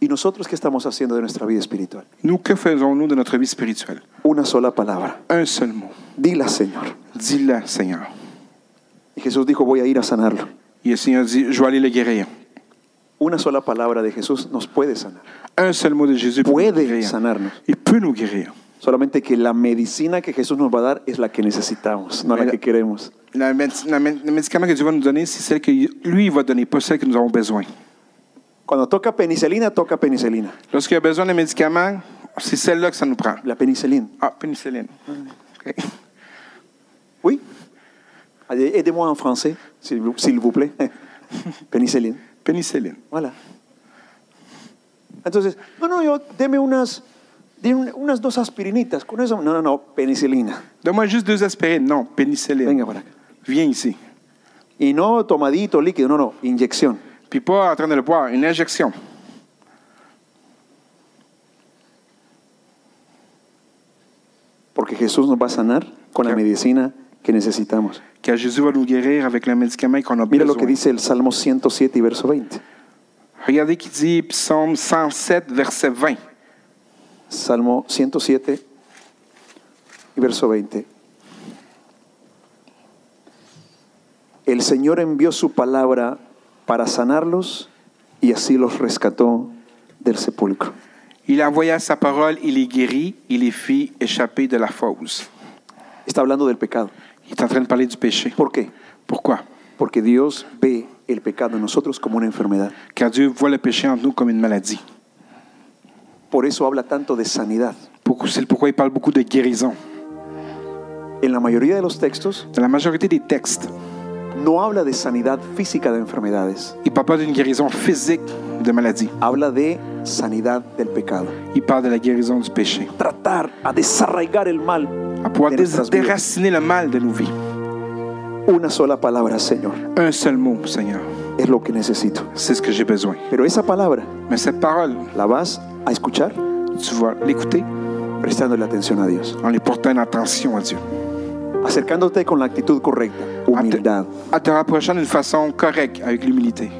Speaker 2: ¿Y nosotros qué estamos haciendo de nuestra vida espiritual?
Speaker 3: Nous, que faisons-nous de notre vie spirituelle?
Speaker 2: Una sola palabra.
Speaker 3: Un seul mot.
Speaker 2: Dila, Señor.
Speaker 3: Dis-le, Seigneur.
Speaker 2: Y Jesús dijo, voy a ir a sanarlo.
Speaker 3: Et le Seigneur dit, je vais aller le guérir.
Speaker 2: Una sola palabra de Jesús nos puede sanar.
Speaker 3: Un seul mot de Jésus peut nous
Speaker 2: Puede
Speaker 3: guérir.
Speaker 2: sanarnos.
Speaker 3: Il peut nous guérir.
Speaker 2: Solamente que la medicina que Jesús nos va a dar es la que necesitamos, no la
Speaker 3: Mira.
Speaker 2: que queremos.
Speaker 3: La méde- la mé- le médicament que Dieu va nous donner, c'est celle que lui il va donner, pas celle que nous avons besoin.
Speaker 2: Cuando toca penicilina, toca penicilina.
Speaker 3: Lorsqu'il y a besoin d'un médicament, c'est celle-là que ça nous prend.
Speaker 2: La penicilina.
Speaker 3: Ah, pénicilline. Ok.
Speaker 2: Oui. Allez, Aidez-moi en français, s'il vous, s'il vous plaît. penicilina.
Speaker 3: Pénicilline.
Speaker 2: Voilà. Entonces, no, no, yo, deme unas, deme un- unas dos aspirinitas. Con eso, no, no, no, penicilina.
Speaker 3: Donne-moi juste deux aspirines. Non, pénicilline.
Speaker 2: Venga para acá.
Speaker 3: Viens ici.
Speaker 2: Y no tomadito, líquido, no, no, inyección.
Speaker 3: Puis pas en train de le boire, une injection.
Speaker 2: Porque Jesús nos va a sanar con la
Speaker 3: Claro.
Speaker 2: medicina que necesitamos.
Speaker 3: Car Jésus va nous guérir avec le médicament qu'on a
Speaker 2: Mira lo
Speaker 3: besoin.
Speaker 2: que dice el Salmo 107 y verso 20.
Speaker 3: Regardez qui dit Psaume 107, verset 20.
Speaker 2: Salmo 107 y verso 20. El Señor envió su palabra para sanarlos y así los rescató del sepulcro.
Speaker 3: Il envoya sa parole, il les guérit, il les fit échapper de la fosse.
Speaker 2: Está hablando del pecado.
Speaker 3: Il est en train de parler du péché.
Speaker 2: ¿Por qué?
Speaker 3: Pourquoi?
Speaker 2: Porque Dios ve el pecado en nosotros como una enfermedad.
Speaker 3: Car Dieu voit le péché en nous comme une maladie.
Speaker 2: Por eso habla tanto de sanidad.
Speaker 3: Pour- C'est pourquoi il parle beaucoup de guérison.
Speaker 2: En la mayoría de los textos
Speaker 3: Dans la majorité des textes,
Speaker 2: no habla de sanidad física de enfermedades,
Speaker 3: il ne parle pas d'une guérison physique de maladie.
Speaker 2: habla de sanidad del pecado.
Speaker 3: Il parle de la guérison du péché.
Speaker 2: Tratar a desarraigar el mal.
Speaker 3: À pouvoir
Speaker 2: de
Speaker 3: dés-
Speaker 2: nuestras vidas.
Speaker 3: déraciner le mal de nos vies.
Speaker 2: Una sola palabra, Señor,
Speaker 3: Un seul mot, Seigneur.
Speaker 2: es lo que necesito.
Speaker 3: C'est ce que j'ai besoin.
Speaker 2: Pero esa palabra
Speaker 3: Mais cette parole,
Speaker 2: la vas a escuchar
Speaker 3: tu vas l'écouter
Speaker 2: prestándole atención a Dios,
Speaker 3: en les portant une attention à Dieu.
Speaker 2: acercándote con la actitud correcta,
Speaker 3: À te-
Speaker 2: humildad.
Speaker 3: à te rapprochant d'une façon correcte, avec l'humilité.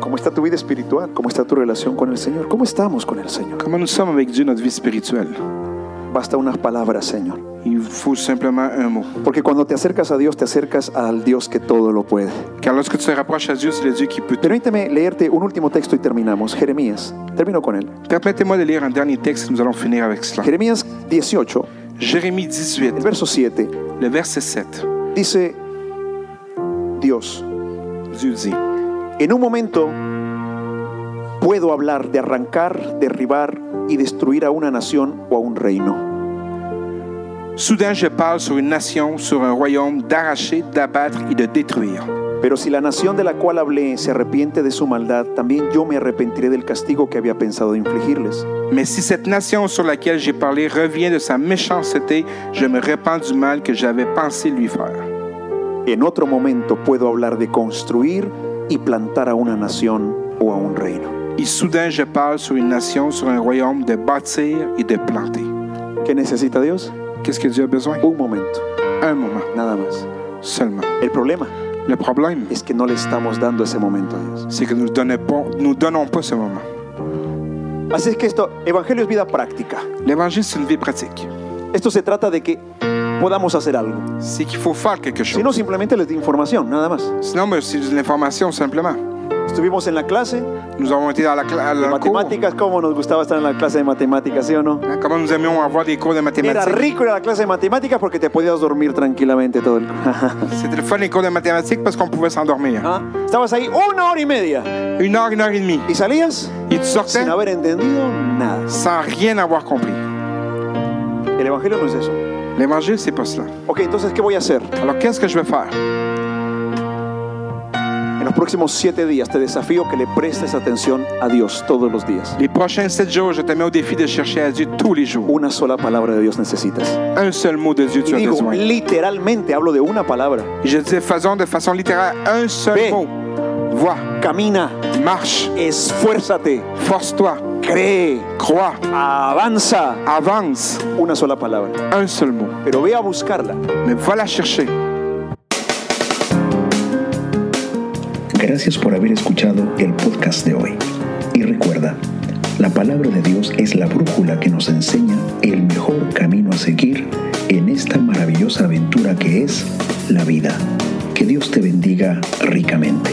Speaker 2: ¿Cómo está tu vida espiritual? ¿Cómo está tu relación con el Señor? ¿Cómo estamos con el Señor?
Speaker 3: Comment nous sommes avec Dieu, notre vie spirituelle?
Speaker 2: Basta unas palabras, Señor.
Speaker 3: Il faut simplement un mot.
Speaker 2: Porque cuando te acercas a Dios, te acercas al Dios que todo lo puede.
Speaker 3: Car lorsque tu te rapproches à Dieu, c'est le Dieu qui peut tout.
Speaker 2: Permíteme leerte un último texto y terminamos. Jeremías, termino con él.
Speaker 3: Permettez-moi de lire un dernier texte et nous allons finir avec cela.
Speaker 2: Jeremías 18,
Speaker 3: Jérémie 18,
Speaker 2: el verso 7,
Speaker 3: le verset 7.
Speaker 2: dice Dios,
Speaker 3: Dieu dit
Speaker 2: en un momento puedo hablar de arrancar, derribar y destruir a una nación o a un reino.
Speaker 3: Soudain, je parle sur une nation, sur un royaume, d'arracher, d'abattre et de détruire.
Speaker 2: Pero si la nación de la cual hablé se arrepiente de su maldad, también yo me arrepentiré del castigo que había pensado infligirles.
Speaker 3: Mais si cette nation sur laquelle j'ai parlé revient de sa méchanceté, je me répands du mal que j'avais pensé lui faire.
Speaker 2: En otro momento puedo hablar de construir y plantar a una nación o a un reino.
Speaker 3: Et soudain, je parle sur une nation, sur un royaume, de bâtir et de planter.
Speaker 2: ¿Qué necesita Dios?
Speaker 3: Qu'est-ce que Dieu a besoin?
Speaker 2: Un momento,
Speaker 3: Un moment
Speaker 2: nada más.
Speaker 3: seulement.
Speaker 2: El problema
Speaker 3: Le problème,
Speaker 2: es que no le estamos dando ese momento a Dios.
Speaker 3: c'est que nous ne donnons pas- nous donnons pas ce moment.
Speaker 2: Así es que esto, Evangelio es vida práctica.
Speaker 3: L'évangile, c'est une vie pratique.
Speaker 2: Esto se trata de que podamos hacer algo.
Speaker 3: C'est qu'il faut faire quelque chose.
Speaker 2: Si no, simplemente les di información, nada más.
Speaker 3: Sinon, ben, c'est de l'information simplement.
Speaker 2: Estuvimos en la clase
Speaker 3: Nous avons été dans la classe.
Speaker 2: de matemáticas, cómo nos gustaba estar en la clase de matemáticas, ¿sí o no?
Speaker 3: Hein, Comment nous aimions avoir des cours de
Speaker 2: Era
Speaker 3: mathématiques.
Speaker 2: rico ir a la clase de matemáticas porque te podías dormir tranquilamente todo el...
Speaker 3: C'était le fun, les cours de mathématiques, parce qu'on pouvait s'endormir.
Speaker 2: Ah, Estabas ahí una hora y media
Speaker 3: Une heure, une heure et demie.
Speaker 2: y salías
Speaker 3: Et tu sortais
Speaker 2: sin haber entendido nada.
Speaker 3: sans rien avoir compris.
Speaker 2: El Evangelio no es eso.
Speaker 3: L'évangile, c'est pas cela.
Speaker 2: Ok, entonces, ¿qué voy a hacer?
Speaker 3: Alors, qu'est-ce que je vais faire?
Speaker 2: En los próximos siete días te desafío que le prestes atención a Dios todos los días.
Speaker 3: Les prochains sept jours, je te mets au défi de chercher à Dieu tous les jours.
Speaker 2: Una sola palabra de Dios necesitas.
Speaker 3: Un seul mot de Dieu,
Speaker 2: Y
Speaker 3: tu as
Speaker 2: digo,
Speaker 3: besoin.
Speaker 2: literalmente hablo de una palabra.
Speaker 3: Je dis faisons de façon littérale un seul
Speaker 2: Fais.
Speaker 3: mot. Vois,
Speaker 2: Camina,
Speaker 3: marche,
Speaker 2: esfuérzate,
Speaker 3: force-toi,
Speaker 2: cree,
Speaker 3: crois,
Speaker 2: avanza.
Speaker 3: avance.
Speaker 2: Una sola palabra.
Speaker 3: Un seul mot.
Speaker 2: Pero ve a buscarla.
Speaker 3: Mais va la chercher.
Speaker 1: Gracias por haber escuchado el podcast de hoy. Y recuerda, la palabra de Dios es la brújula que nos enseña el mejor camino a seguir en esta maravillosa aventura que es la vida. Que Dios te bendiga ricamente.